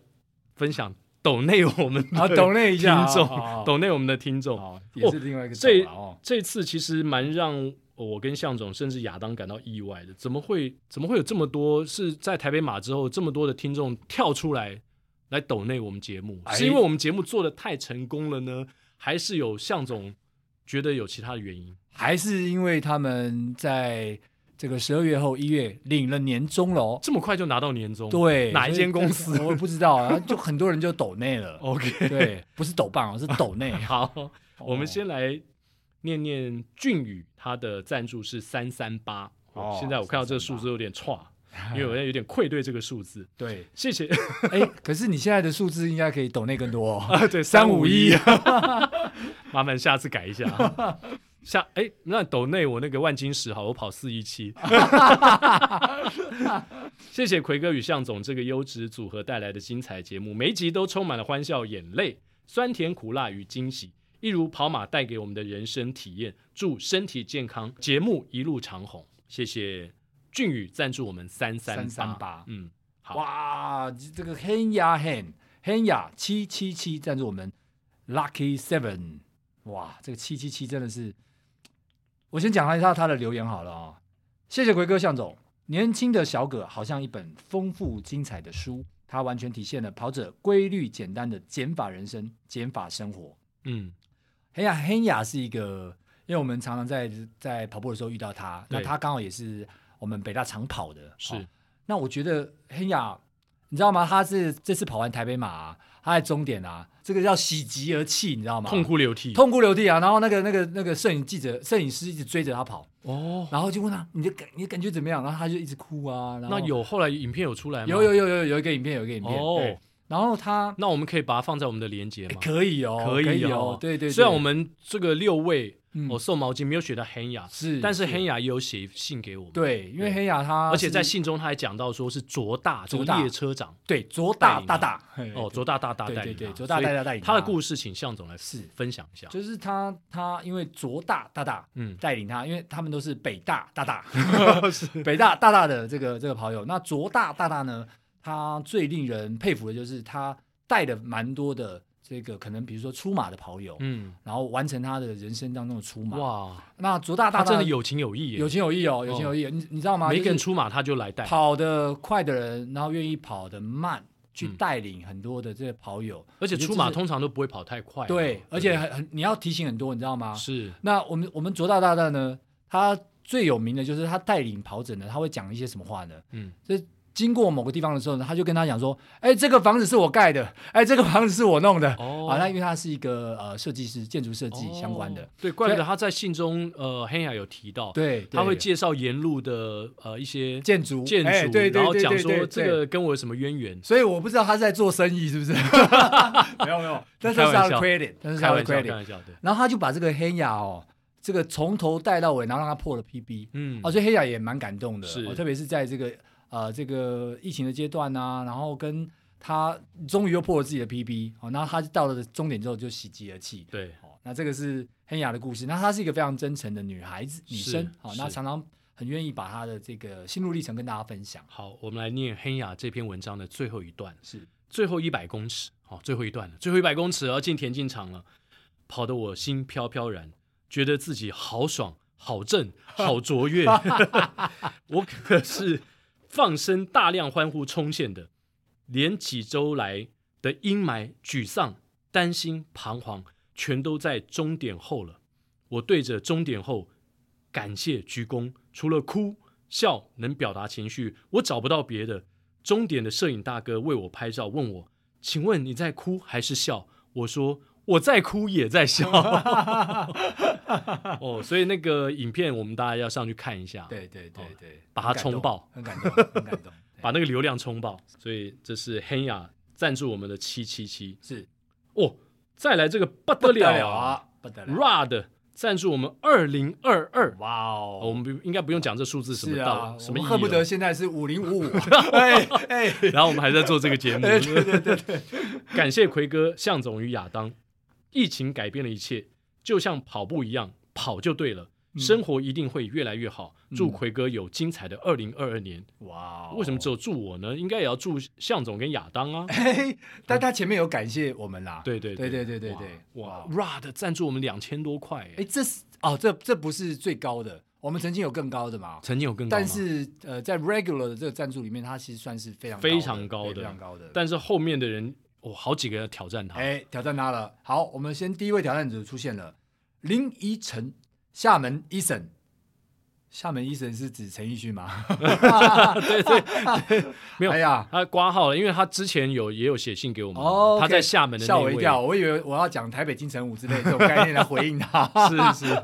Speaker 1: 分享抖内我们
Speaker 2: 好，
Speaker 1: 的
Speaker 2: 啊抖那一
Speaker 1: 听
Speaker 2: 下，
Speaker 1: 众，
Speaker 2: 懂
Speaker 1: 抖内我们的听众。
Speaker 2: 哦，也是另外一个抖
Speaker 1: 这
Speaker 2: 了哦。
Speaker 1: 这次其实蛮让我跟向总，甚至亚当感到意外的，怎么会怎么会有这么多是在台北马之后这么多的听众跳出来来抖内我们节目？
Speaker 2: 哎
Speaker 1: 是因为我们节目做的太成功了呢，还是有向总觉得有其他的原因？
Speaker 2: 还是因为他们在这个十二月后一月领了年终了哦。
Speaker 1: 这么快就拿到年终？
Speaker 2: 对，
Speaker 1: 哪一间公
Speaker 2: 所
Speaker 1: 司
Speaker 2: 以这我也不知道啊，就很多人就抖内了。
Speaker 1: ？OK，
Speaker 2: 对，不是抖棒哦，是 抖内。哦
Speaker 1: 好，我们先来念念俊宇他的赞助是三三八。
Speaker 2: 哦
Speaker 1: 现在我看到这个数字有点差，因为我现在有点愧对这个数字。
Speaker 2: 对，
Speaker 1: 谢谢
Speaker 2: 哎，可是你现在的数字应该可以抖内更多哦。
Speaker 1: 啊，对，
Speaker 2: 351，
Speaker 1: 麻烦下次改一下啊。下哎，那抖内我那个万金石好，我跑四一七。 谢谢奎哥与向总这个优质组合带来的精彩节目，每一集都充满了欢笑、眼泪、酸甜苦辣与惊喜，一如跑马带给我们的人生体验。祝身体健康，节目一路长红。谢谢俊宇赞助我们三三
Speaker 2: 338
Speaker 1: 嗯，好，
Speaker 2: 哇，这个 Henya Hen Henya 七七七赞助我们 Lucky Seven，哇，这个七七七真的是，我先讲一下他的留言好了哦。谢谢奎哥向总，年轻的小葛好像一本丰富精彩的书，它完全体现了跑者规律简单的减法人生、减法生活。
Speaker 1: 嗯
Speaker 2: 黑雅黑雅是一个，因为我们常常在在跑步的时候遇到他，那
Speaker 1: 对
Speaker 2: 他刚好也是我们北大长跑的，
Speaker 1: 是
Speaker 2: 哦那我觉得黑雅，你知道吗？他是这次跑完台北马、啊，他在终点啊，这个叫喜极而泣，你知道吗？
Speaker 1: 痛哭流涕
Speaker 2: 痛哭流涕啊！然后那个那个那个摄影记者、摄影师一直追着他跑，
Speaker 1: 哦。
Speaker 2: 然后就问他你的感你的感觉怎么样？然后他就一直哭啊。然后
Speaker 1: 那有后来影片有出来吗？
Speaker 2: 有有有有有一个影片，有一个影片。
Speaker 1: 哦
Speaker 2: 对，然后他、
Speaker 1: 那我们可以把它放在我们的连接
Speaker 2: 哎
Speaker 1: 吗？
Speaker 2: 可以哦，可
Speaker 1: 以啊
Speaker 2: 哦，对对对。
Speaker 1: 虽然我们这个六位
Speaker 2: 嗯
Speaker 1: 我送毛巾没有写到黑雅，
Speaker 2: 是，
Speaker 1: 但是黑
Speaker 2: 雅。
Speaker 1: 雅也有写信给我们。，
Speaker 2: 对，因为
Speaker 1: 对
Speaker 2: 黑雅他
Speaker 1: 而且在
Speaker 2: 是
Speaker 1: 信中他还讲到说是卓大
Speaker 2: 卓
Speaker 1: 这
Speaker 2: 大
Speaker 1: 个列车长
Speaker 2: 对卓
Speaker 1: 带
Speaker 2: 大
Speaker 1: 领
Speaker 2: 大
Speaker 1: 他
Speaker 2: 大
Speaker 1: 哦，卓大大大
Speaker 2: 对
Speaker 1: 带
Speaker 2: 对
Speaker 1: 领
Speaker 2: 对
Speaker 1: 他
Speaker 2: 卓大
Speaker 1: 所以
Speaker 2: 大大带领啊
Speaker 1: 他的
Speaker 2: 他
Speaker 1: 故事，请向总来
Speaker 2: 是
Speaker 1: 分享一下。
Speaker 2: 就是他他因为卓大大大
Speaker 1: 嗯，
Speaker 2: 带领他，因为他们都是北大大 大北大大大的这个这个跑友。那卓大大大呢，他最令人佩服的就是他带的蛮多的这个可能比如说出马的跑友，
Speaker 1: 嗯，
Speaker 2: 然后完成他的人生当中的出马。
Speaker 1: 哇，
Speaker 2: 那卓大大
Speaker 1: 他
Speaker 2: 大
Speaker 1: 真的有情有义耶
Speaker 2: 有，情有义哦，有情有义。你你知道吗？
Speaker 1: 每
Speaker 2: 就
Speaker 1: 个人
Speaker 2: 是
Speaker 1: 出马他就来带。
Speaker 2: 跑得快的人，然后愿意跑得慢，去
Speaker 1: 嗯
Speaker 2: 带领很多的这些跑友，
Speaker 1: 而且
Speaker 2: 我觉得
Speaker 1: 出
Speaker 2: 这
Speaker 1: 马
Speaker 2: 是
Speaker 1: 通常都不会跑太快嘛，
Speaker 2: 对，而
Speaker 1: 不
Speaker 2: 且很很你要提醒很多，你知道吗？
Speaker 1: 是
Speaker 2: 那我们我们卓大大大呢，他最有名的就是他带领跑者呢，他会讲一些什么话呢？
Speaker 1: 嗯，
Speaker 2: 就是经过某个地方的时候呢，他就跟他讲说：“哎，这个房子是我盖的，哎，这个房子是我弄的。
Speaker 1: 哦
Speaker 2: 啊，那因为他是一个呃设计师，建筑设计相关的
Speaker 1: 哦，对，怪不
Speaker 2: 所以
Speaker 1: 得他在信中呃黑雅有提到，
Speaker 2: 对，
Speaker 1: 哦他会
Speaker 2: 对
Speaker 1: 介绍沿路的呃一些
Speaker 2: 建筑
Speaker 1: 建筑，
Speaker 2: 哎对对
Speaker 1: 然后
Speaker 2: 对
Speaker 1: 讲
Speaker 2: 对
Speaker 1: 说
Speaker 2: 对
Speaker 1: 这
Speaker 2: 对
Speaker 1: 个跟我有什么渊源。
Speaker 2: 所以我不知道他是在做生意是 不是？没有没有，但是他
Speaker 1: 开玩
Speaker 2: 是他的
Speaker 1: 笑
Speaker 2: credit，但是
Speaker 1: 开
Speaker 2: 他的
Speaker 1: 玩笑，开
Speaker 2: credit。
Speaker 1: 玩笑，对，
Speaker 2: 然后他就把这个黑雅哦，这个从头带到尾，然后让他破了 PB。
Speaker 1: 嗯
Speaker 2: 哦，所以黑雅也蛮感动的，
Speaker 1: 是
Speaker 2: 哦特别是在这个呃这个疫情的阶段啊，然后跟他终于又破了自己的 PB，哦，那他到了终点之后就喜极而泣。
Speaker 1: 对，
Speaker 2: 哦，那这个是黑雅的故事。那她是一个非常真诚的女孩子、女
Speaker 1: 是
Speaker 2: 生，好、哦，
Speaker 1: 是
Speaker 2: 那常常很愿意把她的这个心路历程跟大家分享。
Speaker 1: 好，我们来念黑雅这篇文章的最后一段，
Speaker 2: 是
Speaker 1: 最后一百公尺，哦，最后一段了，最后一百公尺要进田径场了，跑得我心飘飘然，觉得自己好爽、好正、好卓 越，我可是放声大量欢呼冲线的，连几周来的阴霾、沮丧、担心、彷徨，全都在终点后了。我对着终点后感谢鞠躬，除了哭笑能表达情绪，我找不到别的。终点的摄影大哥为我拍照，问我：“请问你在哭还是笑？”我说：“我在哭也在笑。”哦，所以那个影片我们大家要上去看一下，
Speaker 2: 对对对
Speaker 1: 哦
Speaker 2: 对，
Speaker 1: 把
Speaker 2: 很
Speaker 1: 它
Speaker 2: 感
Speaker 1: 冲
Speaker 2: 动
Speaker 1: 爆，
Speaker 2: 很感动，很感动。对
Speaker 1: 把那个流量冲爆。所以这是黑雅赞助我们的七七七
Speaker 2: 是
Speaker 1: 哦，再来这个 不得了啊！
Speaker 2: 不得了！
Speaker 1: ！Rad 赞助我们二零二二，
Speaker 2: 哇
Speaker 1: 哦我
Speaker 2: 哦，
Speaker 1: 们不应该不用讲这数字什
Speaker 2: 是
Speaker 1: 么道、
Speaker 2: 啊，
Speaker 1: 什
Speaker 2: 我
Speaker 1: 么意
Speaker 2: 们
Speaker 1: 义哦
Speaker 2: 恨不得
Speaker 1: 了，
Speaker 2: 现在是五 零五五，哎哎，
Speaker 1: 然后我们还在做这个 节目。
Speaker 2: 对对对对对，
Speaker 1: 感谢奎哥、向总与亚当，疫情改变了一切，就像跑步一样，跑就对了。
Speaker 2: 嗯
Speaker 1: 生活一定会越来越好。祝奎哥有精彩的二零二二年。
Speaker 2: 哇哦
Speaker 1: 为什么只有祝我呢？应该也要祝向总跟亚当啊。
Speaker 2: 嘿， 但他前面有感谢我们啦。
Speaker 1: 对对
Speaker 2: 对对
Speaker 1: 对
Speaker 2: 对对
Speaker 1: 哇
Speaker 2: 对，
Speaker 1: 哇，Rad 赞助我们两千多块耶，
Speaker 2: 哎，这是哦，这这不是最高的，我们曾经有更高的嘛。
Speaker 1: 曾经有更高吗
Speaker 2: 但是呃，在 regular 的这个赞助里面，它其实算是非常
Speaker 1: 非
Speaker 2: 高的
Speaker 1: 常高
Speaker 2: 对
Speaker 1: 的
Speaker 2: 非常高的。
Speaker 1: 但是后面的人，我好几个要挑战他。
Speaker 2: 呃哎，挑战他了。好，我们先第一位挑战者出现了，林依晨，厦门 Eason。厦门 Eason 是指陈奕迅吗？
Speaker 1: 对对对，没有
Speaker 2: 哎呀，
Speaker 1: 他挂号了，因为他之前有也有写信给我们，
Speaker 2: 哦，OK，
Speaker 1: 他在厦门的
Speaker 2: 吓
Speaker 1: 那
Speaker 2: 我一
Speaker 1: 位，
Speaker 2: 跳，我以为我要讲台北金城武之类这种概念来回应他。
Speaker 1: 是 是，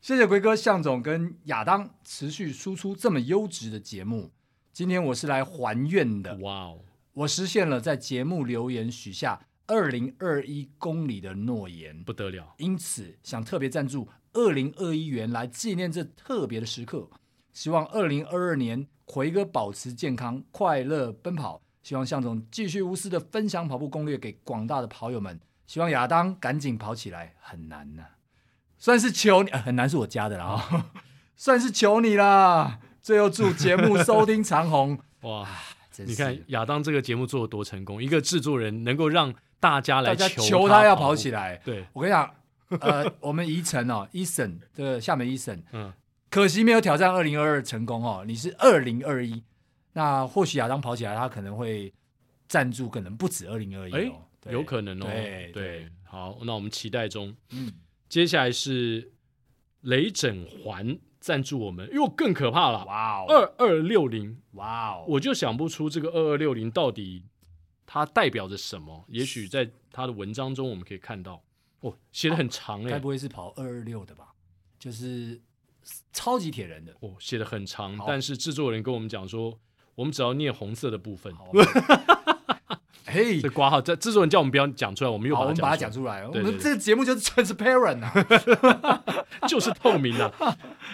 Speaker 2: 谢谢龟哥、向总跟亚当持续输出这么优质的节目。今天我是来还愿的，
Speaker 1: 哇哦，
Speaker 2: 我实现了在节目留言许下二零二一公里的诺言，
Speaker 1: 不得了，
Speaker 2: 因此想特别赞助二零二一元来纪念这特别的时刻。希望二零二二年奎哥保持健康、快乐奔跑。希望向总继续无私的分享跑步攻略给广大的跑友们。希望亚当赶紧跑起来，很难呐、算是求你、呃很难是我加的啦、哦，算是求你呃啦。最后祝节目收听 长虹，
Speaker 1: 哇，
Speaker 2: 真是
Speaker 1: 你看亚当这个节目做的多成功，一个制作人能够让大家
Speaker 2: 大
Speaker 1: 来
Speaker 2: 家
Speaker 1: 求
Speaker 2: 求他要
Speaker 1: 跑
Speaker 2: 跑
Speaker 1: 步
Speaker 2: 起，来，
Speaker 1: 对，
Speaker 2: 我跟你讲， 呃，我们宜城哦，伊森的厦门伊森，
Speaker 1: 嗯，
Speaker 2: 可惜没有挑战二零二二成功哦，你是二零二一，那或许亚当跑起来，他可能会赞助，可能不止二零二一
Speaker 1: 哎
Speaker 2: 哦，对
Speaker 1: 有可能哦，
Speaker 2: 对
Speaker 1: 对，好，那我们期待中。
Speaker 2: 嗯，
Speaker 1: 接下来是雷整环赞助我们，又更可怕了，
Speaker 2: 哇哦，
Speaker 1: 二二六零，
Speaker 2: 哇哦，
Speaker 1: 我就想不出这个二二六零到底它代表着什么。也许在他的文章中我们可以看到，哦，写的很长哎、
Speaker 2: 该不会是跑二二六的吧？就是超级铁 人的，
Speaker 1: 哦，写的很长
Speaker 2: 好，
Speaker 1: 但是制作人跟我们讲说，我们只要念红色的部分。
Speaker 2: 好，我们嘿
Speaker 1: 这。挂号，这制作人叫我们不要讲出来，我们又
Speaker 2: 好，我
Speaker 1: 把它
Speaker 2: 们把它讲
Speaker 1: 出
Speaker 2: 出来。我
Speaker 1: 对对
Speaker 2: 们
Speaker 1: 对
Speaker 2: 这个节目就是 transparent 啊！
Speaker 1: 来，就是透明了、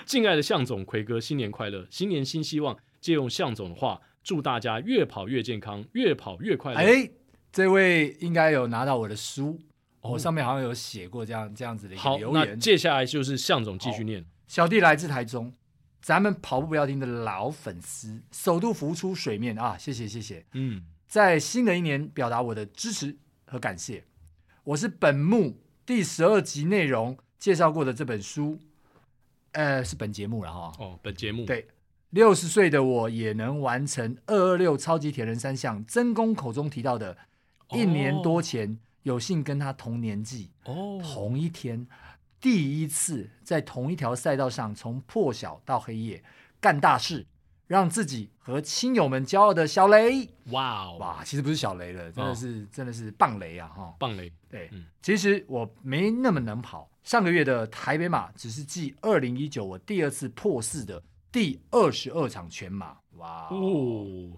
Speaker 1: 敬爱的向总、奎哥，新年快乐，新年新希望。借用向总的话，祝大家越跑越健康，越跑越快乐。
Speaker 2: 哎，这位应该有拿到我的书，我、
Speaker 1: 哦
Speaker 2: 上面好像有写过这样这样子的一个
Speaker 1: 好，
Speaker 2: 留
Speaker 1: 那
Speaker 2: 言。
Speaker 1: 接下来就是向总继续念。
Speaker 2: 小弟来自台中，咱们跑步不要停的老粉丝，首度浮出水面啊！谢谢谢谢，
Speaker 1: 嗯，
Speaker 2: 在新的一年表达我的支持和感谢。我是本幕第十二集内容介绍过的这本书，呃，是本节目了哈。
Speaker 1: 哦，本节目
Speaker 2: 对，六十岁的我也能完成二二六超级铁人三项，曾公口中提到的，一年多前、有幸跟他同年纪，
Speaker 1: 哦，
Speaker 2: 同一天，第一次在同一条赛道上从破晓到黑夜干大事，让自己和亲友们骄傲的小雷，
Speaker 1: 哇哦，
Speaker 2: 哇，其实不是小雷了，真的是、真的是棒雷啊哈！
Speaker 1: 棒嘞！
Speaker 2: 对，
Speaker 1: 嗯
Speaker 2: 其实我没那么能跑，上个月的台北马只是继二零一九我第二次破四的第二十二场全马，哇哦，
Speaker 1: 哦，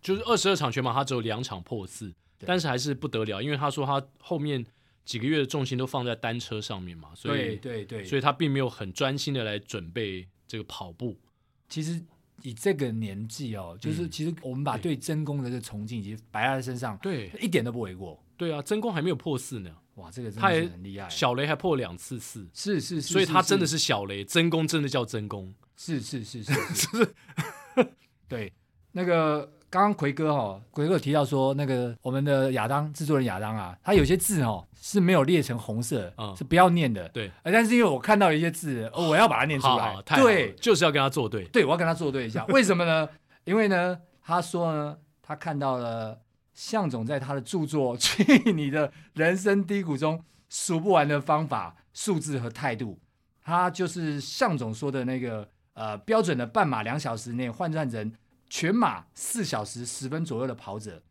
Speaker 1: 就是二十二场全马，他只有两场破四，
Speaker 2: 对
Speaker 1: 但是还是不得了，因为他说他后面几个月的重心都放在单车上面嘛，所
Speaker 2: 对
Speaker 1: 以
Speaker 2: 对对，
Speaker 1: 所以他并没有很专心的来准备这个跑步。
Speaker 2: 其实以这个年纪哦，就是
Speaker 1: 嗯
Speaker 2: 其实我们把对真功的这个崇敬以及摆在他身上，
Speaker 1: 对
Speaker 2: 一点都不为过。
Speaker 1: 对啊，真功还没有破四呢，
Speaker 2: 哇，这个真
Speaker 1: 他
Speaker 2: 的
Speaker 1: 也
Speaker 2: 是很厉害，
Speaker 1: 小雷还破两次四，
Speaker 2: 是是哎是，
Speaker 1: 所以他真的
Speaker 2: 是
Speaker 1: 是小雷，真功真的叫真功。
Speaker 2: 是是 是是是，是 对，那个刚刚奎哥哦，奎哥有提到说，那个我们的亚当制作人亚当啊，他有些字哦是没有列成红色的，
Speaker 1: 嗯
Speaker 2: 是不要念的，
Speaker 1: 对，
Speaker 2: 呃。但是因为我看到一些字，哦我要把它念出
Speaker 1: 好
Speaker 2: 来
Speaker 1: 好，，太好了
Speaker 2: 对
Speaker 1: 就是要跟他作对。
Speaker 2: 对，我要跟他作对 一下，为什么呢？因为呢，他说呢，他看到了向总在他的著作《去你的人生低谷》中数不完的方法、数字和态度，他就是向总说的那个呃标准的半马两小时内换算成全马四小时十分左右的跑者。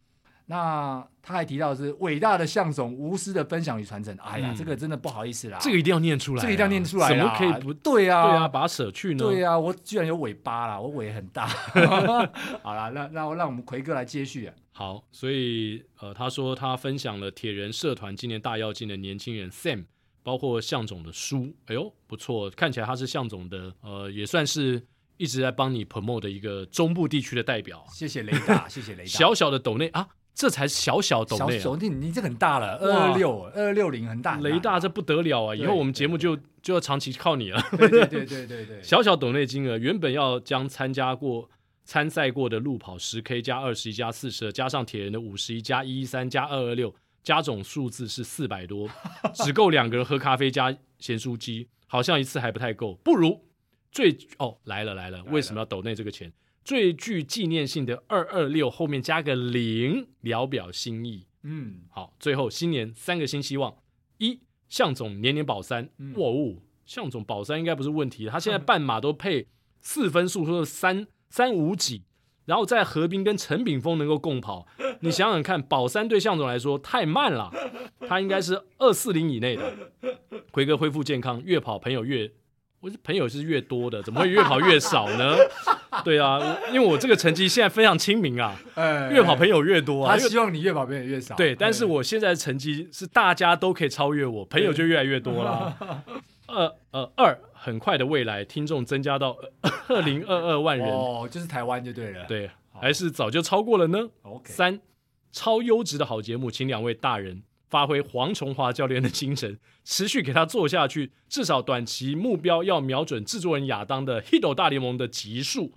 Speaker 2: 那他还提到的是伟大的向总无私的分享与传承。哎呀，
Speaker 1: 嗯
Speaker 2: 这个真的不好意思啦，
Speaker 1: 这个一定要念出来啊，
Speaker 2: 这个一定要念出来
Speaker 1: 怎
Speaker 2: 啦，
Speaker 1: 么可以不对
Speaker 2: 对啊？
Speaker 1: 啊？把它舍去呢？
Speaker 2: 对呀、我居然有尾巴啦，我尾很大。 好啦，那那我让我们奎哥来接续啊。
Speaker 1: 好，所以呃，他说他分享了铁人社团今年大跃进的年轻人 Sam，包括向总的书，哎呦，不错，看起来他是向总的呃，也算是一直在帮你 promote 的一个中部地区的代表，
Speaker 2: 谢谢雷达，谢谢雷达。
Speaker 1: 小小的斗内啊，这才小小懂
Speaker 2: 小
Speaker 1: 内、
Speaker 2: 手
Speaker 1: 啊，
Speaker 2: 你你这个很大了，
Speaker 1: 哇
Speaker 2: 二六二六零很大，很
Speaker 1: 雷大这不得了啊！以
Speaker 2: 对
Speaker 1: 后我们节目就就要长期靠你了。
Speaker 2: 对对对对对对，
Speaker 1: 小小懂内金额原本要将参加过参赛过的路跑十 K 加二十一加四十加上铁人的五十一加一一三加二二六加总数字是四百 多，只够两个人喝咖啡加咸酥鸡，好像一次还不太够，不如最哦来了来了，为什么要抖内这个钱？最具纪念性的二二六后面加个零，聊表心意。
Speaker 2: 嗯，
Speaker 1: 好，最后新年三个新希望：一，向总年年保三。
Speaker 2: 嗯
Speaker 1: 哇哦，向总保三应该不是问题，他现在半马都配四分数，说是三三五几，然后在何冰跟陈炳峰能够共跑，你想想看，保三对向总来说太慢了，他应该是二四零以内的。奎哥恢复健康，越跑朋友越。我是朋友是越多的，怎么会越跑越少呢？对啊，我因为我这个成绩现在非常亲民啊，
Speaker 2: 呃
Speaker 1: 越跑朋友越多啊，
Speaker 2: 他
Speaker 1: 因为
Speaker 2: 希望你越跑变得越少，
Speaker 1: 对，但是我现在的成绩是大家都可以超越我，朋友就越来越多啦。 二呃二，很快的未来，听众增加到二零二二万人，
Speaker 2: 哦，就是台湾就对了，
Speaker 1: 对，还是早就超过了呢。
Speaker 2: ，OK，
Speaker 1: 三，超优质的好节目，请两位大人发挥黄崇华教练的精神，持续给他做下去，至少短期目标要瞄准制作人亚当的《Hito 大联盟》的集数。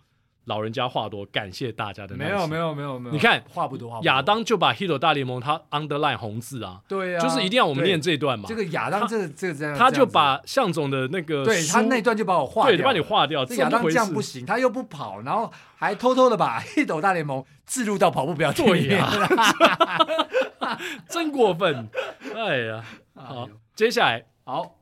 Speaker 1: 老人家话多，感谢大家的耐
Speaker 2: 没有
Speaker 1: 心
Speaker 2: 没有没有没有，
Speaker 1: 你看
Speaker 2: 话不多，话不多
Speaker 1: 亚，当就把《Hito 大联盟》他 underline 红字啊，
Speaker 2: 对啊，
Speaker 1: 就是一定要我们
Speaker 2: 对
Speaker 1: 念这一段嘛。
Speaker 2: 这个亚当，这个这个这样，
Speaker 1: 他
Speaker 2: 这样
Speaker 1: 就
Speaker 2: 子
Speaker 1: 把向总的那个
Speaker 2: 对他
Speaker 1: 书
Speaker 2: 那段就把我划
Speaker 1: 对
Speaker 2: 掉
Speaker 1: 把你
Speaker 2: 了
Speaker 1: 划掉，
Speaker 2: 这
Speaker 1: 啊怎
Speaker 2: 亚
Speaker 1: 么
Speaker 2: 当
Speaker 1: 回
Speaker 2: 这
Speaker 1: 事
Speaker 2: 样？不行，他又不跑，然后还偷偷的把黑斗大联盟置入到跑步表里
Speaker 1: 对
Speaker 2: 面。
Speaker 1: 呀、 真过分！哎呀，好
Speaker 2: 哎呦，
Speaker 1: 接下来
Speaker 2: 好，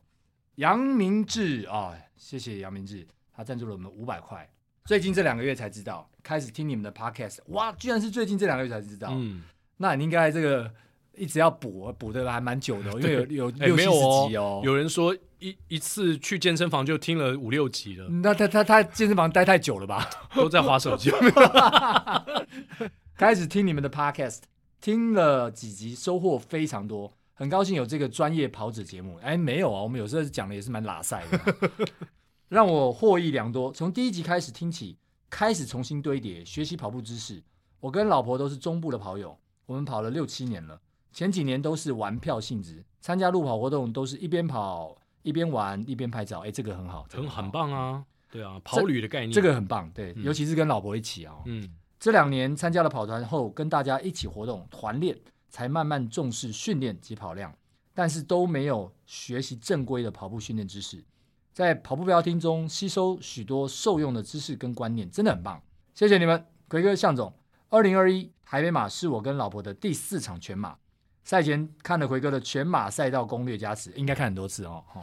Speaker 2: 杨明志啊、谢谢杨明志，他赞助了我们五百块。最近这两个月才知道，开始听你们的 podcast，哇，居然是最近这两个月才知道。
Speaker 1: 嗯，
Speaker 2: 那你应该这个一直要补，补的还蛮久的哦、因为 有有
Speaker 1: 哎
Speaker 2: 六
Speaker 1: 没
Speaker 2: 七十
Speaker 1: 有
Speaker 2: 集
Speaker 1: 哦
Speaker 2: 哦。，
Speaker 1: 有人说一一次去健身房就听了五六集 了，
Speaker 2: 那他他他健身房待太久了吧？
Speaker 1: 都在划 手机。
Speaker 2: 开始听你们的 podcast，听了几集，收获非常多，很高兴有这个专业跑者节目。哎，没有啊，我们有时候讲的也是蛮拉塞的啊，让我获益良多。从第一集开始听起，开始重新堆叠学习跑步知识。我跟老婆都是中部的跑友，我们跑了六七年了，前几年都是玩票性质，参加路跑活动都是一边跑一边玩一边拍照。哎，这个很好，这个
Speaker 1: 很很。棒啊，对啊，跑旅的概念，
Speaker 2: 这个很棒，对，
Speaker 1: 嗯
Speaker 2: 尤其是跟老婆一起啊、哦，
Speaker 1: 嗯，
Speaker 2: 这两年参加了跑团后，跟大家一起活动团练，才慢慢重视训练及跑量，但是都没有学习正规的跑步训练知识。在跑步标厅中吸收许多受用的知识跟观念，真的很棒。谢谢你们，奎哥、向总。二零二一台北马是我跟老婆的第四场全马，赛前看了奎哥的全马赛道攻略加持，应该看很多次 哦。哦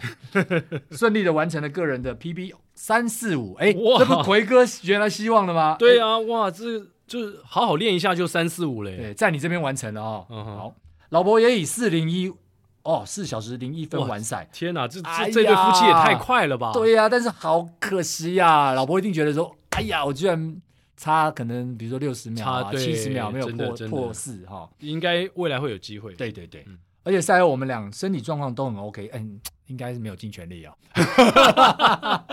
Speaker 2: 顺利的完成了个人的 PB 三四五，哎，
Speaker 1: 哇
Speaker 2: 这不奎哥原来希望的吗？
Speaker 1: 对啊，哇，这就是好好练一下就三四五嘞，
Speaker 2: 对，在你这边完成了哦。
Speaker 1: 嗯哼
Speaker 2: 好，老婆也以四零一哦，四小时零一分完赛。
Speaker 1: 天哪，这
Speaker 2: 哎
Speaker 1: 这
Speaker 2: 呀
Speaker 1: 这对夫妻也太快了吧？
Speaker 2: 对呀、但是好可惜呀、老婆一定觉得说，哎呀，我居然差可能比如说六十秒
Speaker 1: 差
Speaker 2: 啊、
Speaker 1: 对
Speaker 2: 七十秒没有
Speaker 1: 真的
Speaker 2: 破
Speaker 1: 真的
Speaker 2: 破四哈、
Speaker 1: 应该未来会有机会。
Speaker 2: 对对对，
Speaker 1: 嗯
Speaker 2: 而且赛后我们俩身体状况都很 OK，嗯，应该是没有尽全力哦，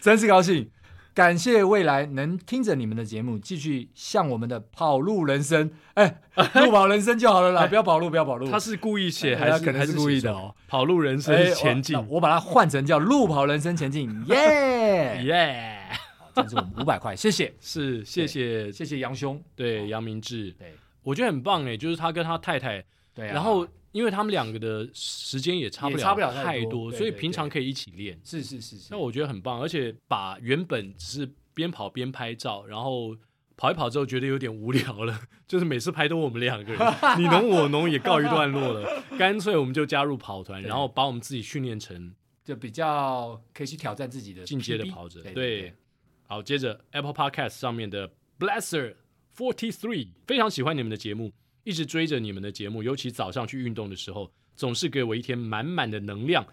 Speaker 2: 真是高兴。感谢未来能听着你们的节目，继续向我们的跑路人生， 哎，路跑人生就好了啦，不要跑路，不要跑路。
Speaker 1: 哎他是故意写
Speaker 2: 哎
Speaker 1: 还
Speaker 2: 他
Speaker 1: 是
Speaker 2: 可能
Speaker 1: 还
Speaker 2: 是
Speaker 1: 是
Speaker 2: 故意
Speaker 1: 写
Speaker 2: 的
Speaker 1: 错
Speaker 2: 哦
Speaker 1: 跑路人生
Speaker 2: 哎
Speaker 1: 前进
Speaker 2: 我，那我把它换成叫路跑人生 前进，耶！
Speaker 1: 耶！
Speaker 2: 好赞助我们五百块，谢谢，
Speaker 1: 哎是，谢谢，
Speaker 2: 谢谢杨兄。
Speaker 1: 对杨明志，
Speaker 2: 对
Speaker 1: 我觉得很棒哎，就是他跟他太太，
Speaker 2: 对啊，
Speaker 1: 然后因为他们两个的时间也差不
Speaker 2: 也
Speaker 1: 了
Speaker 2: 差不了太
Speaker 1: 太
Speaker 2: 多对
Speaker 1: 所以
Speaker 2: 对
Speaker 1: 平常
Speaker 2: 对
Speaker 1: 可以一起练。
Speaker 2: 是是是是，
Speaker 1: 那我觉得很棒，而且把原本只是边跑边拍照，然后跑一跑之后觉得有点无聊了， 就是每次拍都我们两 个人，你侬我侬也告一段落了，干脆我们就加入跑团，
Speaker 2: 对
Speaker 1: 然后把我们自己训练成
Speaker 2: 就比较可以去挑战自己的
Speaker 1: 进阶的
Speaker 2: PB
Speaker 1: 跑者。
Speaker 2: 对
Speaker 1: 对，好，接着 Apple Podcast 上面的 Blesser Forty Three 非常喜欢你们的节目，一直追着你们的节目，尤其早上去运动的时候，总是给我一天满满的能量。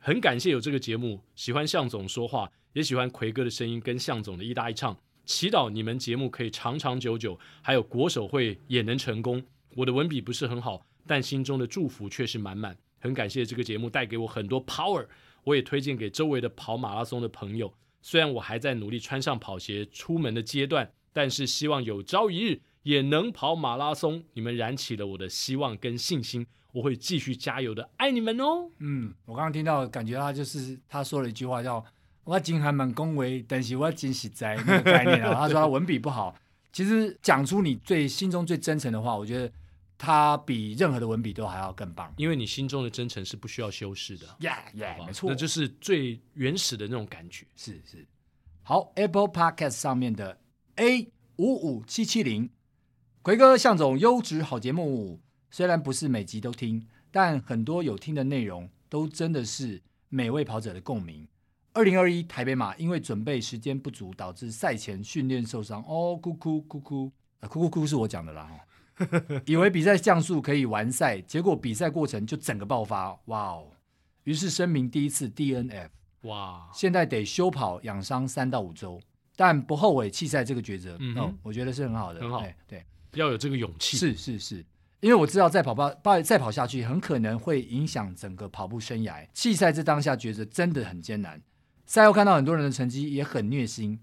Speaker 1: 很感谢有这个节目，喜欢向总说话，也喜欢奎哥的声音跟向总的一搭一唱。祈祷你们节目可以长长久久，还有国手会也能成功。我的文笔不是很好，但心中的祝福却是满满。很感谢这个节目带给我很多 power，我也推荐给周围的跑马拉松的朋友。虽然我还在努力穿上跑鞋出门的阶段，但是希望有朝一日也能跑马拉松。你们燃起了我的希望跟信心，我会继续加油的，爱你们哦！
Speaker 2: 嗯，我刚刚听到，感觉他就是他说了一句话叫“我金还蛮恭维，但是我金实在”那个 概念啊。他说他文笔不好，其实讲出你最心中最真诚的话，我觉得他比任何的文笔都还要更棒。
Speaker 1: 因为你心中的真诚是不需要修饰的，
Speaker 2: 呀呀，
Speaker 1: 好吧
Speaker 2: 没错，
Speaker 1: 那就是最原始的那种感觉。
Speaker 2: 是是。好，Apple Podcast 上面的 A 五五七七零，奎哥向总优质好节目，虽然不是每集都听，但很多有听的内容都真的是每位跑者的共鸣。二零二一台北马因为准备时间不足，导致赛前训练受伤。哦，哭哭哭哭，呃、哭哭哭是我讲的啦。哦以为比赛降速可以完赛，结果比赛过程就整个爆发，哇哦！于是声明第一次 DNF。
Speaker 1: 哇，
Speaker 2: 现在得休跑养伤三到五周，但不后悔弃赛这个抉择。
Speaker 1: 嗯
Speaker 2: 嗯、
Speaker 1: 哼
Speaker 2: 我觉得是很好的，
Speaker 1: 很好
Speaker 2: 哎对，
Speaker 1: 要有这个勇气。
Speaker 2: 是是是，因为我知道再跑跑跑再跑下去，很可能会影响整个跑步生涯。弃赛这当下抉择真的很艰难，赛后看到很多人的成绩也很虐心。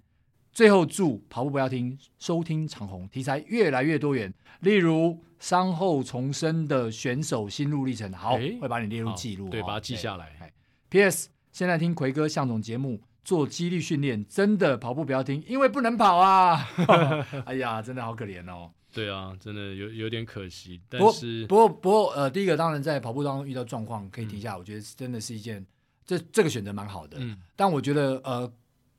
Speaker 2: 最后祝跑步不要停，收听长虹题材越来越多元，例如伤后重生的选手心路历程，好，
Speaker 1: 哎
Speaker 2: 会把你列入
Speaker 1: 好
Speaker 2: 记录，
Speaker 1: 对，
Speaker 2: 哦
Speaker 1: 把它记下来。
Speaker 2: P.S. 现在听奎哥向总节目做肌力训练，真的跑步不要听，因为不能跑啊！ 哎呀，真的好可怜哦。
Speaker 1: 对啊，真的有有点可惜，但
Speaker 2: 不过
Speaker 1: 是
Speaker 2: 不过不过呃，第一个当然在跑步当中遇到状况可以停下来，我觉得是真的是一件这这个选择蛮好的。
Speaker 1: 嗯
Speaker 2: 但我觉得呃，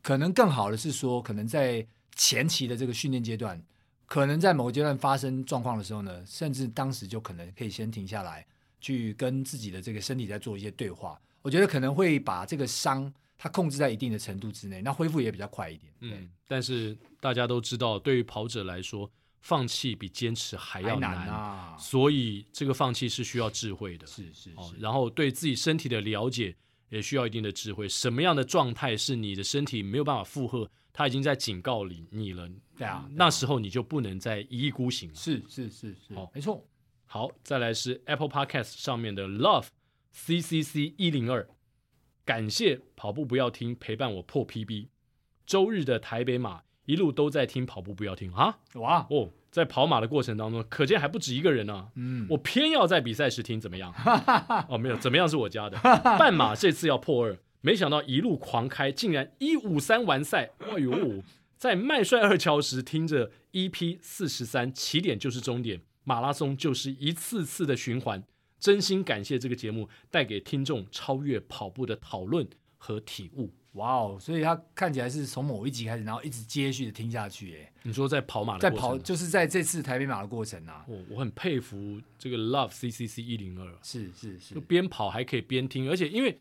Speaker 2: 可能更好的是说，可能在前期的这个训练阶段，可能在某个阶段发生状况的时候呢，甚至当时就可能可以先停下来，去跟自己的这个身体在做一些对话。我觉得可能会把这个伤它控制在一定的程度之内，那恢复也比较快一点。对，
Speaker 1: 嗯，但是大家都知道，对于跑者来说，放弃比坚持还
Speaker 2: 还
Speaker 1: 要难，
Speaker 2: 啊，
Speaker 1: 所以这个放弃是需要智慧的。
Speaker 2: 是是是，
Speaker 1: 哦，然后对自己身体的了解也需要一定的智慧。什么样的状态是你的身体没有办法负荷，它已经在警告你你了，
Speaker 2: 对啊，
Speaker 1: 那时候你就不能再一意孤行了。
Speaker 2: 是是是是
Speaker 1: 好，
Speaker 2: 没错。
Speaker 1: 好，再来是 Apple Podcast 上面的 Love C C C 一零二，感谢跑步不要听陪伴我破 PB，周日的台北马一路都在听跑步不要听啊
Speaker 2: 哇，
Speaker 1: 哦，在跑马的过程当中，可见还不止一个人啊呢、
Speaker 2: 嗯，
Speaker 1: 我偏要在比赛时听，怎么 样？哦，没有，怎么样是我家的。半马这次要破二，没想到一路狂开，竟然一五三完赛。哎呦，在麦帅二桥时听着 EP 四十三，起点就是终点，马拉松就是一次次的循环。真心感谢这个节目带给听众超越跑步的讨论和体悟。
Speaker 2: 哇哦！所以他看起来是从某一集开始，然后一直接续的听下去，哎，
Speaker 1: 你说在跑马的
Speaker 2: 在
Speaker 1: 过程
Speaker 2: 跑
Speaker 1: 啊，
Speaker 2: 就是在这次台北马的过程啊，
Speaker 1: 我我很佩服这个 Love CCC 一零二。
Speaker 2: 是是是
Speaker 1: 就，边跑还可以边听，而且因为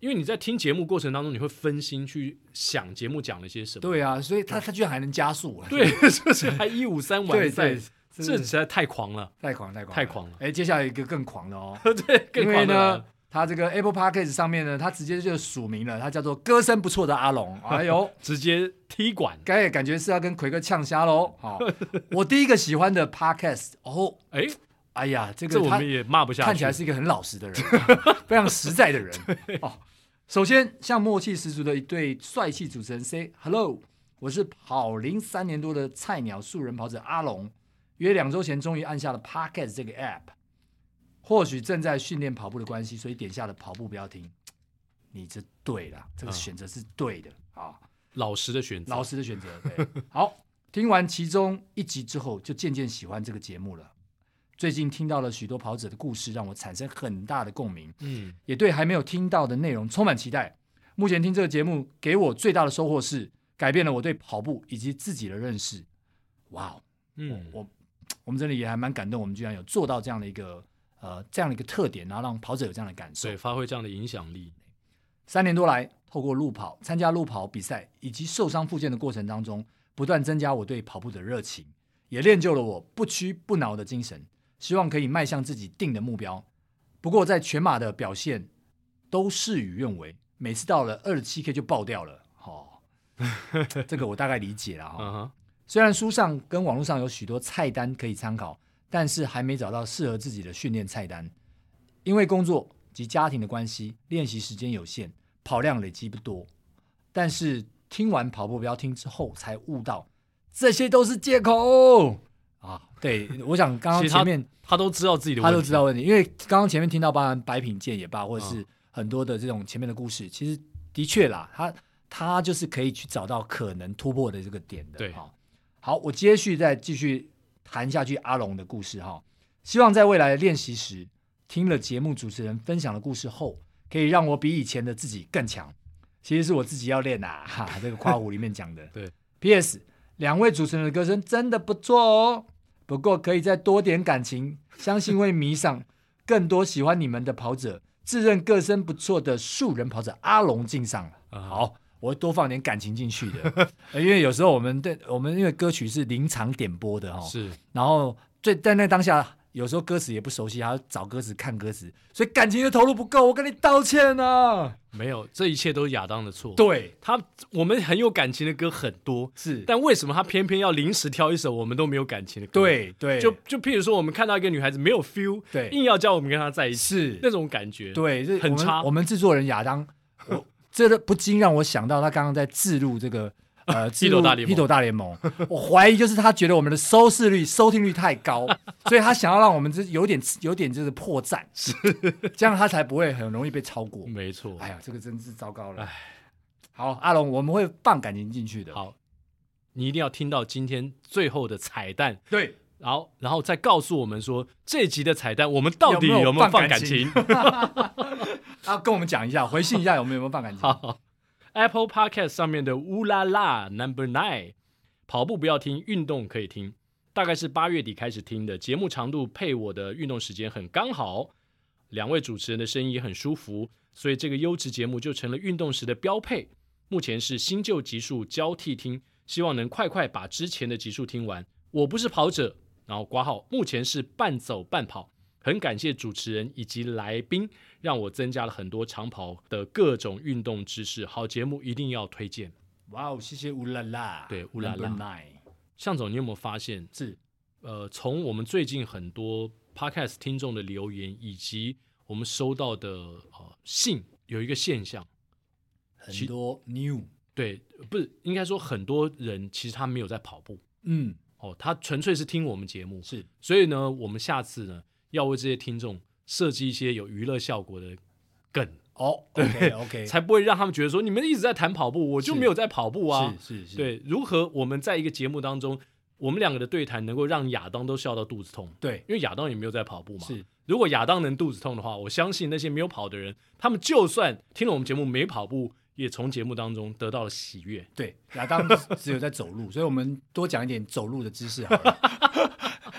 Speaker 1: 因为你在听节目过程当中，你会分心去想节目讲了些什么。
Speaker 2: 对啊，所以他他居然还能加速， 啊，
Speaker 1: 对， 就是还一五三完
Speaker 2: 对
Speaker 1: 赛
Speaker 2: 对，，真
Speaker 1: 这
Speaker 2: 的
Speaker 1: 实在太狂 了，
Speaker 2: 太狂太狂
Speaker 1: 太狂了
Speaker 2: 哎，接下来一个更狂的 哦，
Speaker 1: 对，更
Speaker 2: 因为
Speaker 1: 狂了
Speaker 2: 呢。，他这个 Apple Podcast 上面呢，他直接就署名了，他叫做歌声不错的阿 龙，哎呦。
Speaker 1: 直接踢馆，
Speaker 2: 该感觉是要跟奎哥呛虾喽！ 好、我第一个喜欢的 podcast 哦，
Speaker 1: 哎，
Speaker 2: 哎呀，这
Speaker 1: 这
Speaker 2: 个
Speaker 1: 我
Speaker 2: 他
Speaker 1: 们也骂不下去。
Speaker 2: 看起来是一个很老实的人， 非常实在的 人。哦，首先像默契十足的一对帅气主持人 say hello，我是跑龄三年多的菜鸟素人跑者阿龙，约两周前终于按下了 Pocket 这个 app，或许正在训练跑步的关系，所以点下了跑步不要停。你这对啦，这
Speaker 1: 嗯
Speaker 2: 个选择是对的啊。
Speaker 1: 老实的选择
Speaker 2: 老，师的选择。对，好，听完其中一集之后，就渐渐喜欢这个节目了。最近听到了许多跑者的故事，让我产生很大的共鸣，
Speaker 1: 嗯，
Speaker 2: 也对还没有听到的内容充满期待。目前听这个节目给我最大的收获是，改变了我对跑步以及自己的认识。哇哦，
Speaker 1: 嗯，
Speaker 2: 我我们这里也还蛮感动，我们居然有做到这样的一个呃这样的一个特点，然后让跑者有这样的感受
Speaker 1: 对，。发挥这样的影响力，
Speaker 2: 三年多来，透过路跑、参加路跑比赛以及受伤复健的过程当中，不断增加我对跑步的热情，也练就了我不屈不挠的精神，希望可以迈向自己定的目标。不过在全马的表现都事与愿违，每次到了二十七 K 就爆掉了。哦， 这个我大概理解哦了哈、
Speaker 1: 嗯哼，
Speaker 2: 虽然书上跟网络上有许多菜单可以参考，但是还没找到适合自己的训练菜单。因为工作及家庭的关系，练习时间有限，跑量累积不多。但是听完跑步不要听之后，才悟到这些都是借口啊，对，我想刚刚
Speaker 1: 其实他
Speaker 2: 前面
Speaker 1: 他都知道自己的
Speaker 2: 他
Speaker 1: 问题，
Speaker 2: 都知道问题，因为刚刚前面听到，包含白品鉴也罢，或者是
Speaker 1: 嗯
Speaker 2: 很多的这种前面的故事，其实的确啦，他他就是可以去找到可能突破的这个点的。
Speaker 1: 对
Speaker 2: 哈、好，我接续再继续谈下去阿龙的故事哈、希望在未来的练习时，听了节目主持人分享的故事后，可以让我比以前的自己更强。其实是我自己要练呐、 哈，这个夸虎里面讲的。
Speaker 1: 对
Speaker 2: ，P.S. 两位主持人的歌声真的不错哦，不过可以再多点感情，相信会迷上更多喜欢你们的跑者。自认歌声不错的树人跑者阿龙敬上了。
Speaker 1: 啊
Speaker 2: 好，我会多放点感情进去 的，呃因为有时候我们对我们因为歌曲是临场点播的哈、哦，
Speaker 1: 是
Speaker 2: 然后最在那当下，有时候歌词也不熟悉，还要找歌词看歌词，所以感情的投入不够，我跟你道歉啊。
Speaker 1: 没有，这一切都是亚当的错。
Speaker 2: 对，
Speaker 1: 他我们很有感情的歌很多，
Speaker 2: 是，
Speaker 1: 但为什么他偏偏要临时挑一首我们都没有感情的歌？，
Speaker 2: 对对，
Speaker 1: 嗯就就譬如说，我们看到一个女孩子没有 feel，
Speaker 2: 对
Speaker 1: 硬要叫我们跟她在一起，
Speaker 2: 是
Speaker 1: 那种感觉。，
Speaker 2: 对，这
Speaker 1: 很
Speaker 2: 我们
Speaker 1: 差
Speaker 2: 我们制作人亚当，我这个不禁让我想到他刚刚在置入这个 呃，置入
Speaker 1: 斗大联
Speaker 2: 披
Speaker 1: 盟
Speaker 2: 斗大联盟，我怀疑就是他觉得我们的收视率、收听率太 高，所以他想要让我们这有点有点就是破绽，是 这样他才不会很容易被超过。
Speaker 1: 没错。
Speaker 2: 哎呀，这个真是糟糕了
Speaker 1: 哎。
Speaker 2: 好，阿龙，我们会放感情进去的。，
Speaker 1: 好，你一定要听到今天最后的彩蛋，
Speaker 2: 对，
Speaker 1: 然后然后再告诉我们说这集的彩蛋我们到底
Speaker 2: 有没有
Speaker 1: 有没有
Speaker 2: 放
Speaker 1: 放
Speaker 2: 感
Speaker 1: 感
Speaker 2: 情
Speaker 1: 情？
Speaker 2: 啊，跟我们讲一下，回信一下有没有有没有放感情？
Speaker 1: 好，Apple Podcast 上面的乌拉拉 Number Nine，跑步不要听，运动可以听。大概是八月底开始听的，节目长度配我的运动时间很刚好，两位主持人的声音也很舒服，所以这个优质节目就成了运动时的标配。目前是新旧集数交替听，希望能快快把之前的集数听完。我不是跑者，然后挂号，目前是半走半跑。很感谢主持人以及来宾，让我增加了很多长跑的各种运动知识。好节目一定要推荐。
Speaker 2: 哇哦，谢谢乌拉拉，
Speaker 1: 对乌拉拉
Speaker 2: Number nine
Speaker 1: 向总，你有没有发现，
Speaker 2: 是
Speaker 1: 呃，从我们最近很多 podcast 听众的留言，以及我们收到的呃信，有一个现象，
Speaker 2: 很多 new，
Speaker 1: 对，不是应该说很多人其实他没有在跑步
Speaker 2: 嗯，
Speaker 1: 哦，他纯粹是听我们节目，
Speaker 2: 是
Speaker 1: 所以呢，我们下次呢要为这些听众设计一些有娱乐效果的梗，
Speaker 2: 哦，OK OK，
Speaker 1: 才不会让他们觉得说你们一直在谈跑步，我就是没有在跑步啊。
Speaker 2: 是是是，，
Speaker 1: 对，如何我们在一个节目当中，我们两个的对谈能够让亚当都笑到肚子痛，
Speaker 2: 对
Speaker 1: 因为亚当也没有在跑步嘛。
Speaker 2: 是，
Speaker 1: 如果亚当能肚子痛的话，我相信那些没有跑的人，他们就算听了我们节目没跑步，也从节目当中得到了喜悦。
Speaker 2: 对，亚 当只有在走路，所以我们多讲一点走路的知识好了。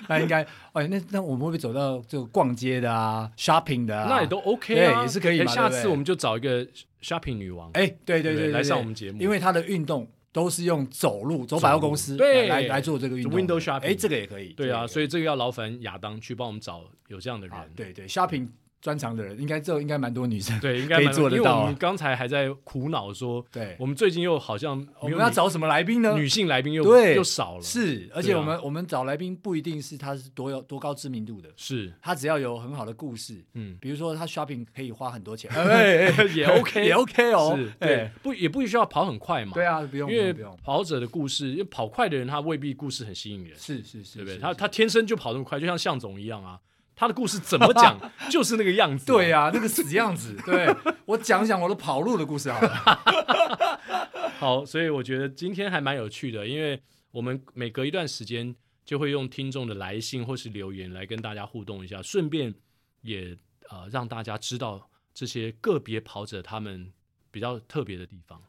Speaker 2: 那应该，哎，那那我们会不会走到这个逛街的啊，shopping 的啊？
Speaker 1: 那也都 OK 啊，
Speaker 2: 对也是可以
Speaker 1: 哎
Speaker 2: 嘛
Speaker 1: 下
Speaker 2: 对不
Speaker 1: 次
Speaker 2: 对
Speaker 1: 我们就找一个 shopping 女王，
Speaker 2: 哎，对对
Speaker 1: 对
Speaker 2: 对，
Speaker 1: 来
Speaker 2: 对
Speaker 1: 上我们节目
Speaker 2: 因为他的运动都是用走路走百货公司
Speaker 1: 对
Speaker 2: 来来来做这个运动的。
Speaker 1: window shopping
Speaker 2: 哎，这个也可以。
Speaker 1: 对啊，所
Speaker 2: 以
Speaker 1: 以这个要劳烦亚当去帮我们找有这样的人。
Speaker 2: 啊，对对，shopping 专长的人应该这应该蛮多女 生。
Speaker 1: 对应该
Speaker 2: 可以
Speaker 1: 蛮
Speaker 2: 做得
Speaker 1: 因为
Speaker 2: 到啊
Speaker 1: 我们刚才还在苦恼说，
Speaker 2: 对
Speaker 1: 我们最近又好像没有
Speaker 2: 我们要
Speaker 1: 女
Speaker 2: 找什么来宾呢？
Speaker 1: 女性来宾又
Speaker 2: 对
Speaker 1: 又少了，
Speaker 2: 是，而
Speaker 1: 对
Speaker 2: 且
Speaker 1: 啊
Speaker 2: 我们我们找来宾不一定是他是多有多高知名度的，
Speaker 1: 是，
Speaker 2: 他只要有很好的故事，
Speaker 1: 嗯，
Speaker 2: 比如说他 shopping 可以花 很多钱，哎哎
Speaker 1: 也 OK
Speaker 2: 也 OK 哦，
Speaker 1: 是对
Speaker 2: 哎，
Speaker 1: 不也不需要跑很快嘛，
Speaker 2: 对啊，不用不
Speaker 1: 因为
Speaker 2: 用不用，
Speaker 1: 跑者的故事，因为跑快的人他未必故事很吸引人，
Speaker 2: 是是是，
Speaker 1: 对不对？
Speaker 2: 是
Speaker 1: 他
Speaker 2: 是
Speaker 1: 他天生就跑那么快，就像向总一样啊，他的故事怎 么讲就是那个样子，
Speaker 2: 对啊，那个死样子， 对我讲讲我的跑路的故事好了，
Speaker 1: 好，所以我觉得今天还蛮有趣的，因为我们每隔一段时间就会用听众的来信或是留言来跟大家互动一下，顺便也呃让大家知道这些个别跑者他们比较特别的地方。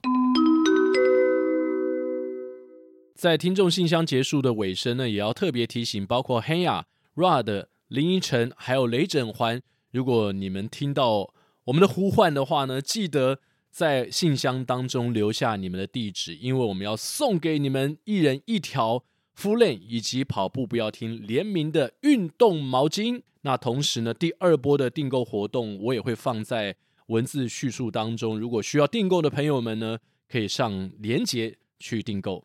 Speaker 1: 在听众信箱结束的尾声呢，也要特别提醒，包括 Hanya、Rod、林依晨还有雷整环，如果你们听到我们的呼唤的话呢，记得在信箱当中留下你们的地址，因为我们要送给你们一人一条 Full Lane 以及跑步不要停联名的运动毛巾。那同时呢，第二波的订购活动我也会放在文字叙述当中，如果需要订购的朋友们呢，可以上连结去订购。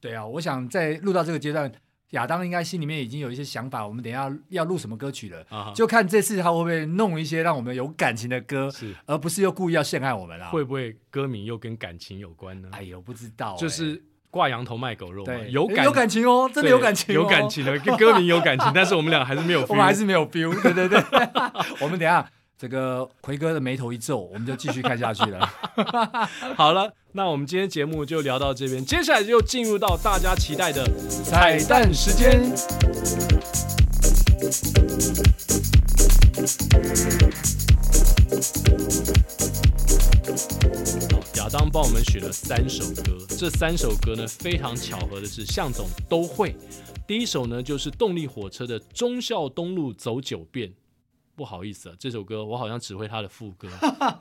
Speaker 2: 对啊，我想在录到这个阶段，亚当应该心里面已经有一些想法，我们等一下要录什么歌曲了，
Speaker 1: 啊
Speaker 2: 就看这次他会不会弄一些让我们有感情的歌
Speaker 1: 是，
Speaker 2: 而不是又故意要陷害我们啦，啊
Speaker 1: 会不会歌名又跟感情有关呢？
Speaker 2: 哎呦，不知道、
Speaker 1: 就
Speaker 2: 哎
Speaker 1: 是挂羊头卖狗肉嘛，
Speaker 2: 对，
Speaker 1: 有
Speaker 2: 诶
Speaker 1: 感
Speaker 2: 有感情哦，真的有
Speaker 1: 对
Speaker 2: 感情、
Speaker 1: 有感。情的，跟歌名有感情，但是我们俩还是没 有 feel，
Speaker 2: 我们还是没有 feel，对 对 对。我们等一下这个奎哥的眉头一皱，我们就继续看下去了。
Speaker 1: 好了。那我们今天节目就聊到这边，接下来就进入到大家期待的
Speaker 2: 彩蛋时间，
Speaker 1: 亚当帮我们选了三首歌，这三首歌呢非常巧合的是，向总都会。第一首呢就是动力火车的《忠孝东路走九遍》，不好意思啊，这首歌我好像只会它的副歌，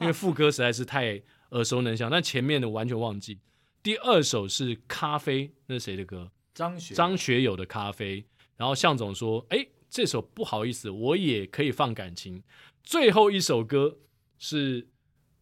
Speaker 1: 因为副歌实在是太耳熟能详，但前面的完全忘记。第二首是《咖啡》，那是谁的歌？
Speaker 2: 张学
Speaker 1: 张学友的《咖啡》。然后向总说：“哎，这首不好意思，我也可以放感情。”最后一首歌是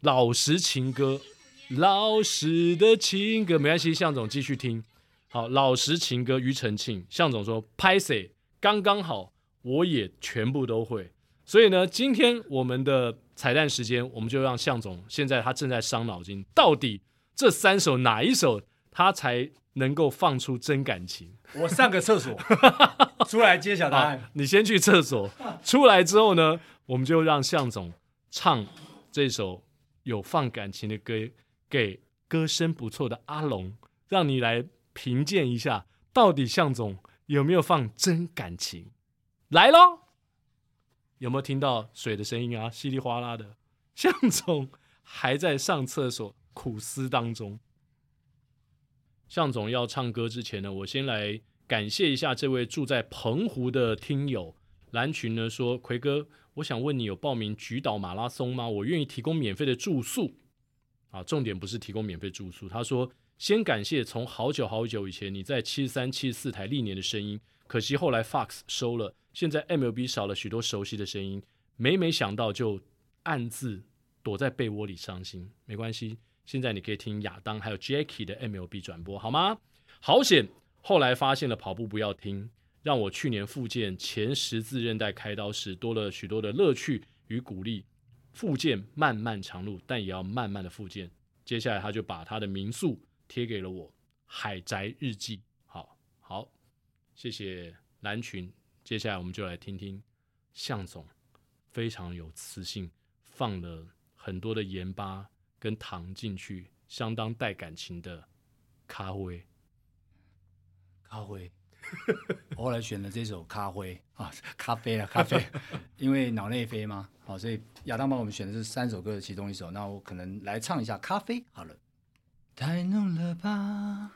Speaker 1: 老实情歌，老实的情歌，没关系，向总继续听。好，老实情歌，庾澄庆，向总说拍谁刚刚好，我也全部都会。所以呢，今天我们的彩蛋时间，我们就让向总，现在他正在伤脑筋，到底这三首哪一首他才能够放出真感情？
Speaker 2: 我上个 厕所，出来揭晓答
Speaker 1: 好
Speaker 2: 案。，
Speaker 1: 你先去厕所，哎 出来之后呢，我们就让向总唱这首有放感情的歌给歌声不错的阿龙，让你来评鉴一下，到底向总有没有放真感情？来喽，有没有听到水的声音啊？稀里哗啦的，向总还在上厕所苦思当中。向总要唱歌之前呢，我先来感谢一下这位住在澎湖的听友蓝群呢，说奎哥，我想问你有报名菊岛马拉松吗？我愿意提供免费的住宿。啊，重点不是提供免费住宿，他说先感谢从好久好久以前你在七三七四台历年的声音，可惜后来 Fox 收了，现在 MLB 少了许多熟悉的声音，每每想到就暗自躲在被窝里伤心。没关系，现在你可以听亚当还有 Jackie 的 MLB 转播，好吗？好险！后来发现了跑步不要听，让我去年复健前十字韧带开刀时多了许多的乐趣与鼓励。复健漫漫长路，但也要慢慢的复健。接下来他就把他的民宿贴给了我，《海宅日记》。好好，谢谢蓝群。接下来我们就来听听向总非常有磁性，放了很多的盐巴跟糖进去，相当带感情的咖啡。
Speaker 2: 咖啡， 我后来选了这首咖啡啊，咖啡了，咖啡， 因为脑内啡嘛，好，所以亚当帮我们选的是三首歌的其中一首，那我可能来唱一下咖啡好了。太浓了吧，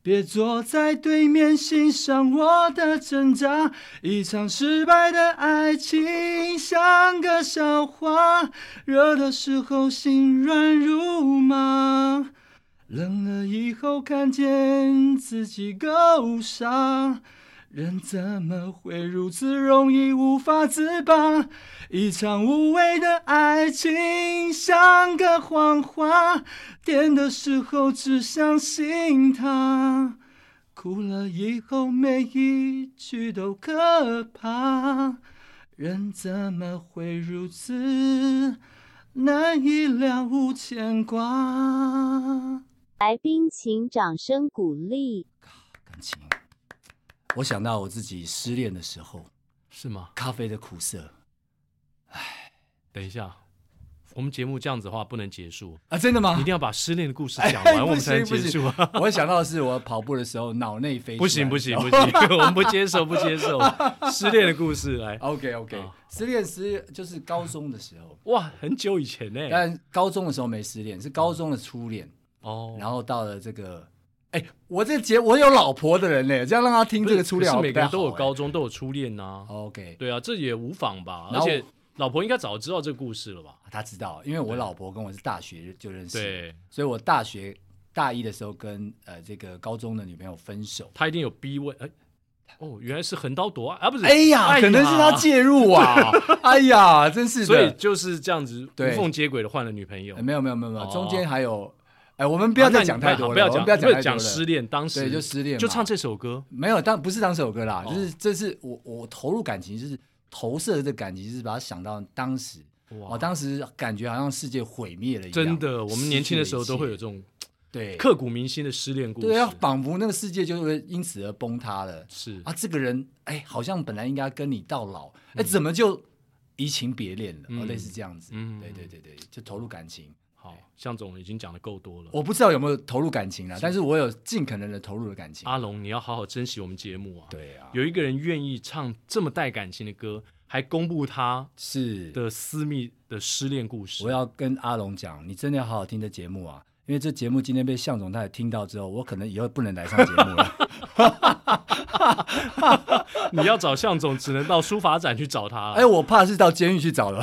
Speaker 2: 别坐在对面欣赏我的挣扎。一场失败的爱情像个笑话，热的时候心软如麻。冷了以后看见自己够傻，人怎么会如此容易无法自拔？一场无谓的爱情像个谎话，甜的时候只相信它，哭了以后每一句都可怕。人怎么会如此难以了无牵挂？
Speaker 3: 来宾请掌声鼓励。
Speaker 2: 感情，我想到我自己失恋的时候，
Speaker 1: 是吗？
Speaker 2: 咖啡的苦涩
Speaker 1: 等一下，我们节目这样子的话不能结束，
Speaker 2: 啊，真的吗
Speaker 1: 一定要把失恋的故事
Speaker 2: 哎
Speaker 1: 讲完，
Speaker 2: 不
Speaker 1: 我们才能
Speaker 2: 行
Speaker 1: 结
Speaker 2: 不行
Speaker 1: 束啊！
Speaker 2: 我想到的是我跑步的时候脑内飞 出来，
Speaker 1: 不行不行不行， 我们不接受不接受失恋的故事来。
Speaker 2: OK OK，
Speaker 1: 啊
Speaker 2: 失恋失就是高中的时候，
Speaker 1: 哇，很久以前呢、
Speaker 2: 但高中的时候没失
Speaker 1: 嗯
Speaker 2: 恋，是高中的初恋，
Speaker 1: 哦，
Speaker 2: 然后到了这个。哎，我这节我有老婆的人呢，这样让他听
Speaker 1: 不
Speaker 2: 这
Speaker 1: 是
Speaker 2: 个初
Speaker 1: 可
Speaker 2: 恋
Speaker 1: 是
Speaker 2: 好像
Speaker 1: 每
Speaker 2: 不
Speaker 1: 个
Speaker 2: 太好
Speaker 1: 人
Speaker 2: 哎，
Speaker 1: 都有高中都有初恋呐、
Speaker 2: OK，
Speaker 1: 对啊，这也无妨吧。
Speaker 2: 然
Speaker 1: 而
Speaker 2: 后
Speaker 1: 且老婆应该早知
Speaker 2: 啊
Speaker 1: 道这个故事了吧？
Speaker 2: 他知道，因为我老婆跟我是大学就认识，
Speaker 1: 对，
Speaker 2: 所以我大学大一的时候跟呃这个高中的女朋友分手。
Speaker 1: 他一定有逼问，哎，哦，原来是横刀夺爱啊，不是，
Speaker 2: 哎呀，可能是他介 入啊！哎呀，真是的。
Speaker 1: 所以就是这样子
Speaker 2: 对
Speaker 1: 无缝接轨的换了女朋友
Speaker 2: 呃。没有没有没有没有，
Speaker 1: 哦
Speaker 2: 中间还有，哎，我们不要再讲太多了，
Speaker 1: 不要
Speaker 2: 我
Speaker 1: 讲，
Speaker 2: 们不要讲太多
Speaker 1: 讲
Speaker 2: 了。
Speaker 1: 失恋，当时
Speaker 2: 对就失恋嘛
Speaker 1: 就唱这首歌，
Speaker 2: 没有，当不是当这首歌啦，
Speaker 1: 哦
Speaker 2: 就是这是我我投入感情，就是投射的感情，就是把它想到当时，
Speaker 1: 哇
Speaker 2: 我、当时感觉好像世界毁灭了一样。
Speaker 1: 真的，我们年轻的时候都会有
Speaker 2: 失
Speaker 1: 这种
Speaker 2: 去了一切对
Speaker 1: 刻骨铭心的失恋故事。
Speaker 2: 对啊，仿佛那个世界就会因此而崩塌了
Speaker 1: 是
Speaker 2: 啊！这个人哎，好像本来应该跟你到老，哎，怎么就移情别恋了？
Speaker 1: 嗯
Speaker 2: 哦，类似这样子。
Speaker 1: 嗯
Speaker 2: 对对对对，就投入感情。
Speaker 1: 好，向总已经讲的够多了。
Speaker 2: 我不知道有没有投入感情啦，但是我有尽可能的投入了感情。
Speaker 1: 阿龙，你要好好珍惜我们节目啊！
Speaker 2: 对啊，
Speaker 1: 有一个人愿意唱这么带感情的歌，还公布他
Speaker 2: 是
Speaker 1: 的私密的失恋故事。
Speaker 2: 我要跟阿龙讲，你真的要好好听这节目啊，因为这节目今天被向总太太听到之后，我可能以后不能来上 节目了。
Speaker 1: 你要找向总，只能到书法展去找他了。
Speaker 2: 哎，我怕是到监狱去找 了，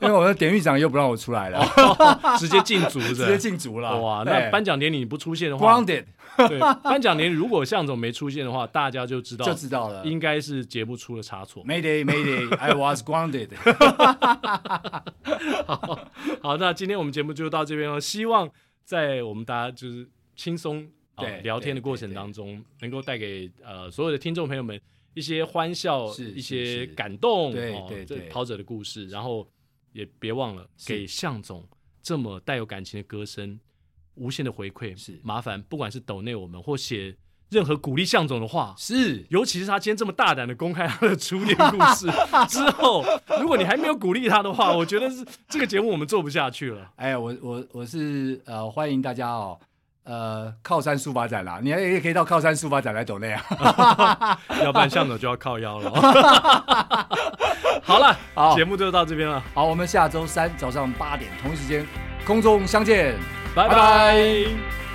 Speaker 2: 因为我的典狱长又不让我出来了，
Speaker 1: 直接禁足，
Speaker 2: 直
Speaker 1: 直
Speaker 2: 接哎禁足了。
Speaker 1: 哦哇！
Speaker 2: 对
Speaker 1: 那颁奖典礼你不出现的 话，
Speaker 2: grounded
Speaker 1: 对，颁奖典礼如果向总没出现的话，大家就知道
Speaker 2: 就知道了。
Speaker 1: 应该是节目出了差错。
Speaker 2: Mayday, Mayday, I was grounded。
Speaker 1: 好，那今天我们节目就到这边了，希望在我们大家就是轻松啊
Speaker 2: 对
Speaker 1: 聊天的
Speaker 2: 对
Speaker 1: 过
Speaker 2: 对
Speaker 1: 程
Speaker 2: 对
Speaker 1: 当中，能够带给呃所有的听众朋友们一些欢笑，
Speaker 2: 是
Speaker 1: 一
Speaker 2: 是
Speaker 1: 些
Speaker 2: 是
Speaker 1: 感动，
Speaker 2: 对
Speaker 1: 哦
Speaker 2: 对
Speaker 1: 这
Speaker 2: 对
Speaker 1: 跑者的故事，然后也别忘了给向总这么带有感情的歌声无限的回馈，
Speaker 2: 是
Speaker 1: 麻烦不管是抖内我们或写任何鼓励向总的话，
Speaker 2: 是，
Speaker 1: 尤其是他今天这么大胆的公开他的初恋故 事之后，如果你还没有鼓励他的话，我觉得是这个节目我们做不下去 了。
Speaker 2: 哎，我我我是呃，欢迎大家哦。呃，靠山书法展啦，你也也可以到靠山书法展来抖内啊。
Speaker 1: 要不然向总就要靠腰了 哦。好了，
Speaker 2: 好
Speaker 1: 节目就到这边了，
Speaker 2: 好，我们下周三早上八点同一时间空中相见。
Speaker 1: 拜
Speaker 2: 拜
Speaker 1: 拜